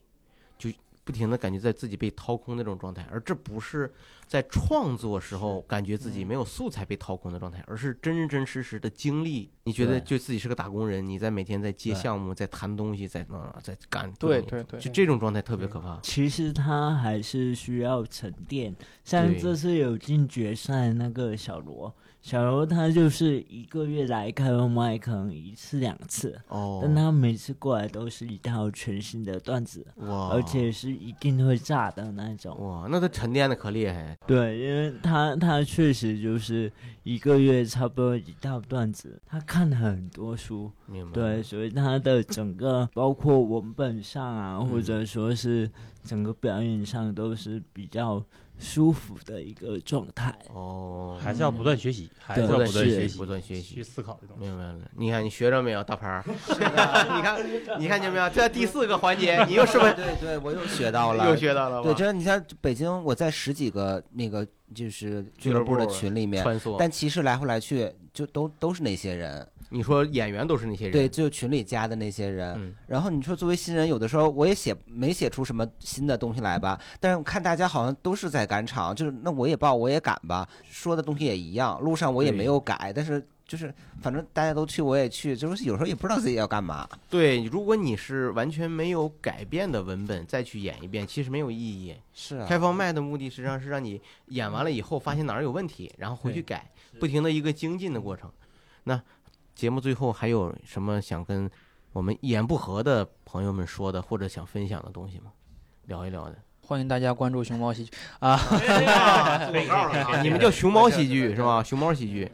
就不停的感觉在自己被掏空那种状态，而这不是在创作时候感觉自己
嗯
没有素材被掏空的状态，而是真真实实的经历。你觉得
对
就自己是个打工人，你在每天在接
对
项目，在谈东西，在那在干，
对对对，
就这种状态特别可怕。
其实他还是需要沉淀。像
对
这次有进决赛那个小罗，小罗他就是一个月来开个麦，可能一次两次，
哦，
但他每次过来都是一套全新的段子，
哇，
而且是一定会炸的那种。
哇，那他沉淀的可厉害。
对，因为他他确实就是一个月差不多一套段子，他看了很多书，
明白？
对，，所以他的整个包括文本上啊，或
嗯
者说是整个表演上都是比较舒服的一个状态。
哦，
还是要不断学习，还是
对
要
不断
不断
是
学习，
不断学习
去。思考这种。
明白了，你看你学着没有，大牌 儿？你 看，你看见没有？这第四个环 节，你又是不是
对对，我又学到了，
又学到了吧？
对，真的，你像北京，我在十几个那个就是俱乐部的群里面，
穿梭。
但其实来回来去就都都是那些人，
你说演员都是那些人，
对，，就群里加的那些人。
嗯，
然后你说作为新人，有的时候我也写没写出什么新的东西来吧，但是我看大家好像都是在赶场，就是那我也报我也赶吧，说的东西也一样，路上我也没有改，但是就是反正大家都去我也去，就是有时候也不知道自己要干嘛。
对。如果你是完全没有改变的文本再去演一遍，其实没有意义。
是啊，
开放麦的目的实际上是让你演完了以后发现哪儿有问题，然后回去改，不停的一个精进的过程。那节目最后还有什么想跟我们一言不合的朋友们说的，或者想分享的东西吗？聊一聊的。
欢迎大家关注熊猫喜剧啊，
广告了 啊
你们叫熊猫喜剧是吧？熊猫喜剧，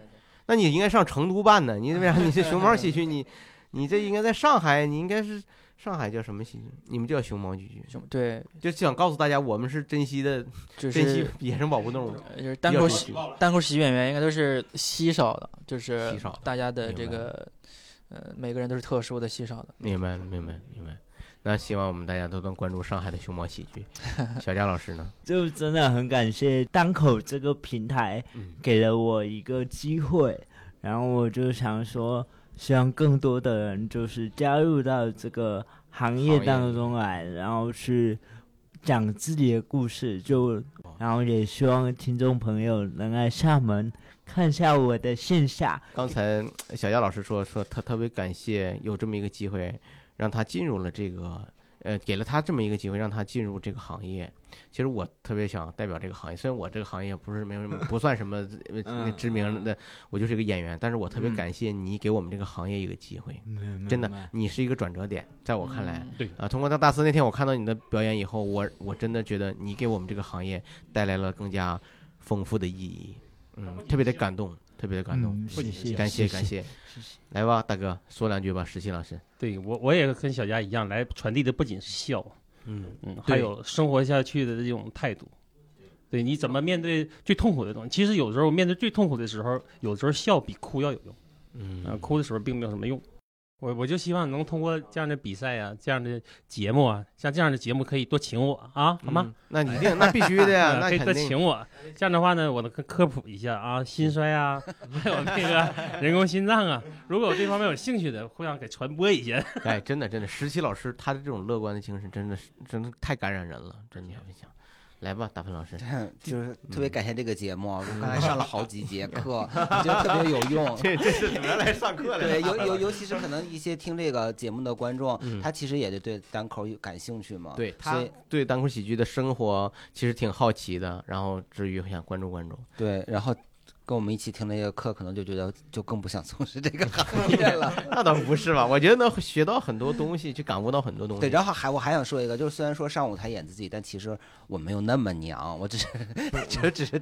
那你应该上成都办呢。你为啥你是熊猫喜 剧？你你这应该在上海，你应该是上海叫什么喜剧？你们叫熊猫喜剧，
熊对，
就想告诉大家，我们是珍惜的，
就
珍惜
是
野生保护动物。
呃就是单
比
口
较
喜
喜
单口喜剧演员应该都是稀少的，就是
稀少的
大家的
明
这
白
个呃每个人都是特殊的稀少的。
明白了，明白了，明白了。那希望我们大家都能关注上海的熊猫喜剧。小佳老师呢？
就真的很感谢单口这个平台
嗯
给了我一个机会，然后我就想说，希望更多的人就是加入到这个行
行
业
业
当中来，然后去讲自己的故事，就然后也希望听众朋友能来厦门看一下我的线下，
刚才小佳老师说说他特别感谢有这么一个机会，让他进入了这个呃，给了他这么一个机会，让他进入这个行业。其实我特别想代表这个行业，虽然我这个行业不是没有什么不算什么呃
嗯
知名的，我就是一个演员，但是我特别
嗯
感谢你给我们这个行业一个机会，真的，你是一个转折点，在我看来。
嗯
啊，通过大大四那天我看到你的表演以后，我我真的觉得你给我们这个行业带来了更加丰富的意义，嗯，特别的感动，特别的感动，
嗯谢谢
感谢感
谢
谢，来吧，大哥说两句吧，石鑫老师，
对我，我也跟小佳一样，来传递的不仅是笑，
嗯，
嗯，还
对
有生活下去的这种态度。对，你怎么面对最痛苦的东西？其实有时候面对最痛苦的时候，有时候笑比哭要有用。
嗯
啊，哭的时候并没有什么用。我我就希望能通过这样的比赛啊，这样的节目啊，像这样的节目可以多请我啊，好吗？
嗯？那一定，那必须的 呀，
呃
啊那
可以多
肯定。
请我。这样的话呢，我能科科普一下啊，心衰啊，还有那个人工心脏啊。如果有这方面有兴趣的，互相给传播一 下。
哎，真的真的，石鑫老师他的这种乐观的精神，真的是真的太感染人了，真的想不想？来吧，大鹏老师，
就是
嗯
特别感谢这个 节目，我刚才上了好几节课，我觉得特别有用。
这这是怎么来上课
对，尤尤尤其是可能一些听这个节目的观众，
嗯
他其实也就对单口有感兴趣嘛。
对
所
他
以
对单口喜剧的生活其实挺好奇的，然后至于想关注关注。
对，然后跟我们一起听这个课，可能就觉得就更不想从事这个行业了。
那倒不是吧，我觉得能学到很多东西，去感悟到很多东西。
对，然后还我还想说一个，就是虽然说上舞台演自己，但其实我没有
嗯
那么娘，我只是就只是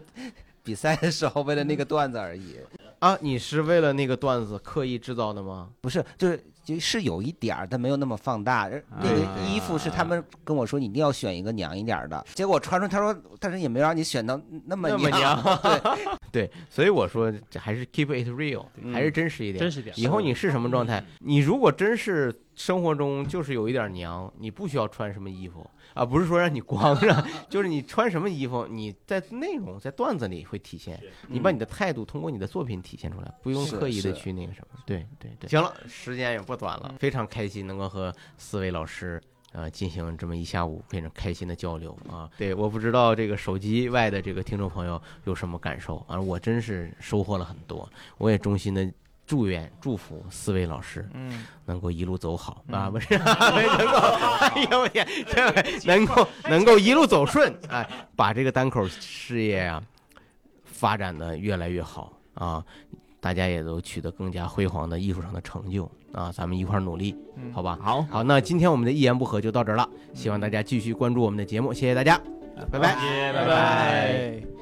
比赛的时候为了那个段子而已。
啊，你是为了那个段子刻意制造的吗？
不是，就是就是有一点儿，但没有那么放大。呃那
对
个
啊对
衣服是他们跟我说，你一定要选一个娘一点儿的。结果我穿出，他说，但是也没让你选到那么
那么
娘。 对，
对，所以我说这还是 keep it real，还是真实一点。
真实点。
以后你是什么状态？你如果真是生活中就是有一点娘，你不需要穿什么衣服啊，不是说让你光着，就是你穿什么衣服，你在内容在段子里会体现，你把你的态度通过你的作品体现出来，不用
是
刻意的
是
去那个什么。对对对，嗯行了，时间也不短了，非常开心能够和四位老师。呃，进行这么一下午非常开心的交流啊！对，我不知道这个手机外的这个听众朋友有什么感受啊，我真是收获了很多，我也衷心的祝愿祝福四位老师
嗯，
能够一路走好啊，不是 能够，哎呦我天，这能够能够一路走顺，哎，把这个单口事业啊发展的越来越好啊，大家也都取得更加辉煌的艺术上的成就啊，咱们一块儿努力，
嗯
好吧？
好，
好，那今天我们的一言不合就到这儿了，希望大家继续关注我们的节目，谢谢大家，拜拜。拜
拜拜
拜
拜。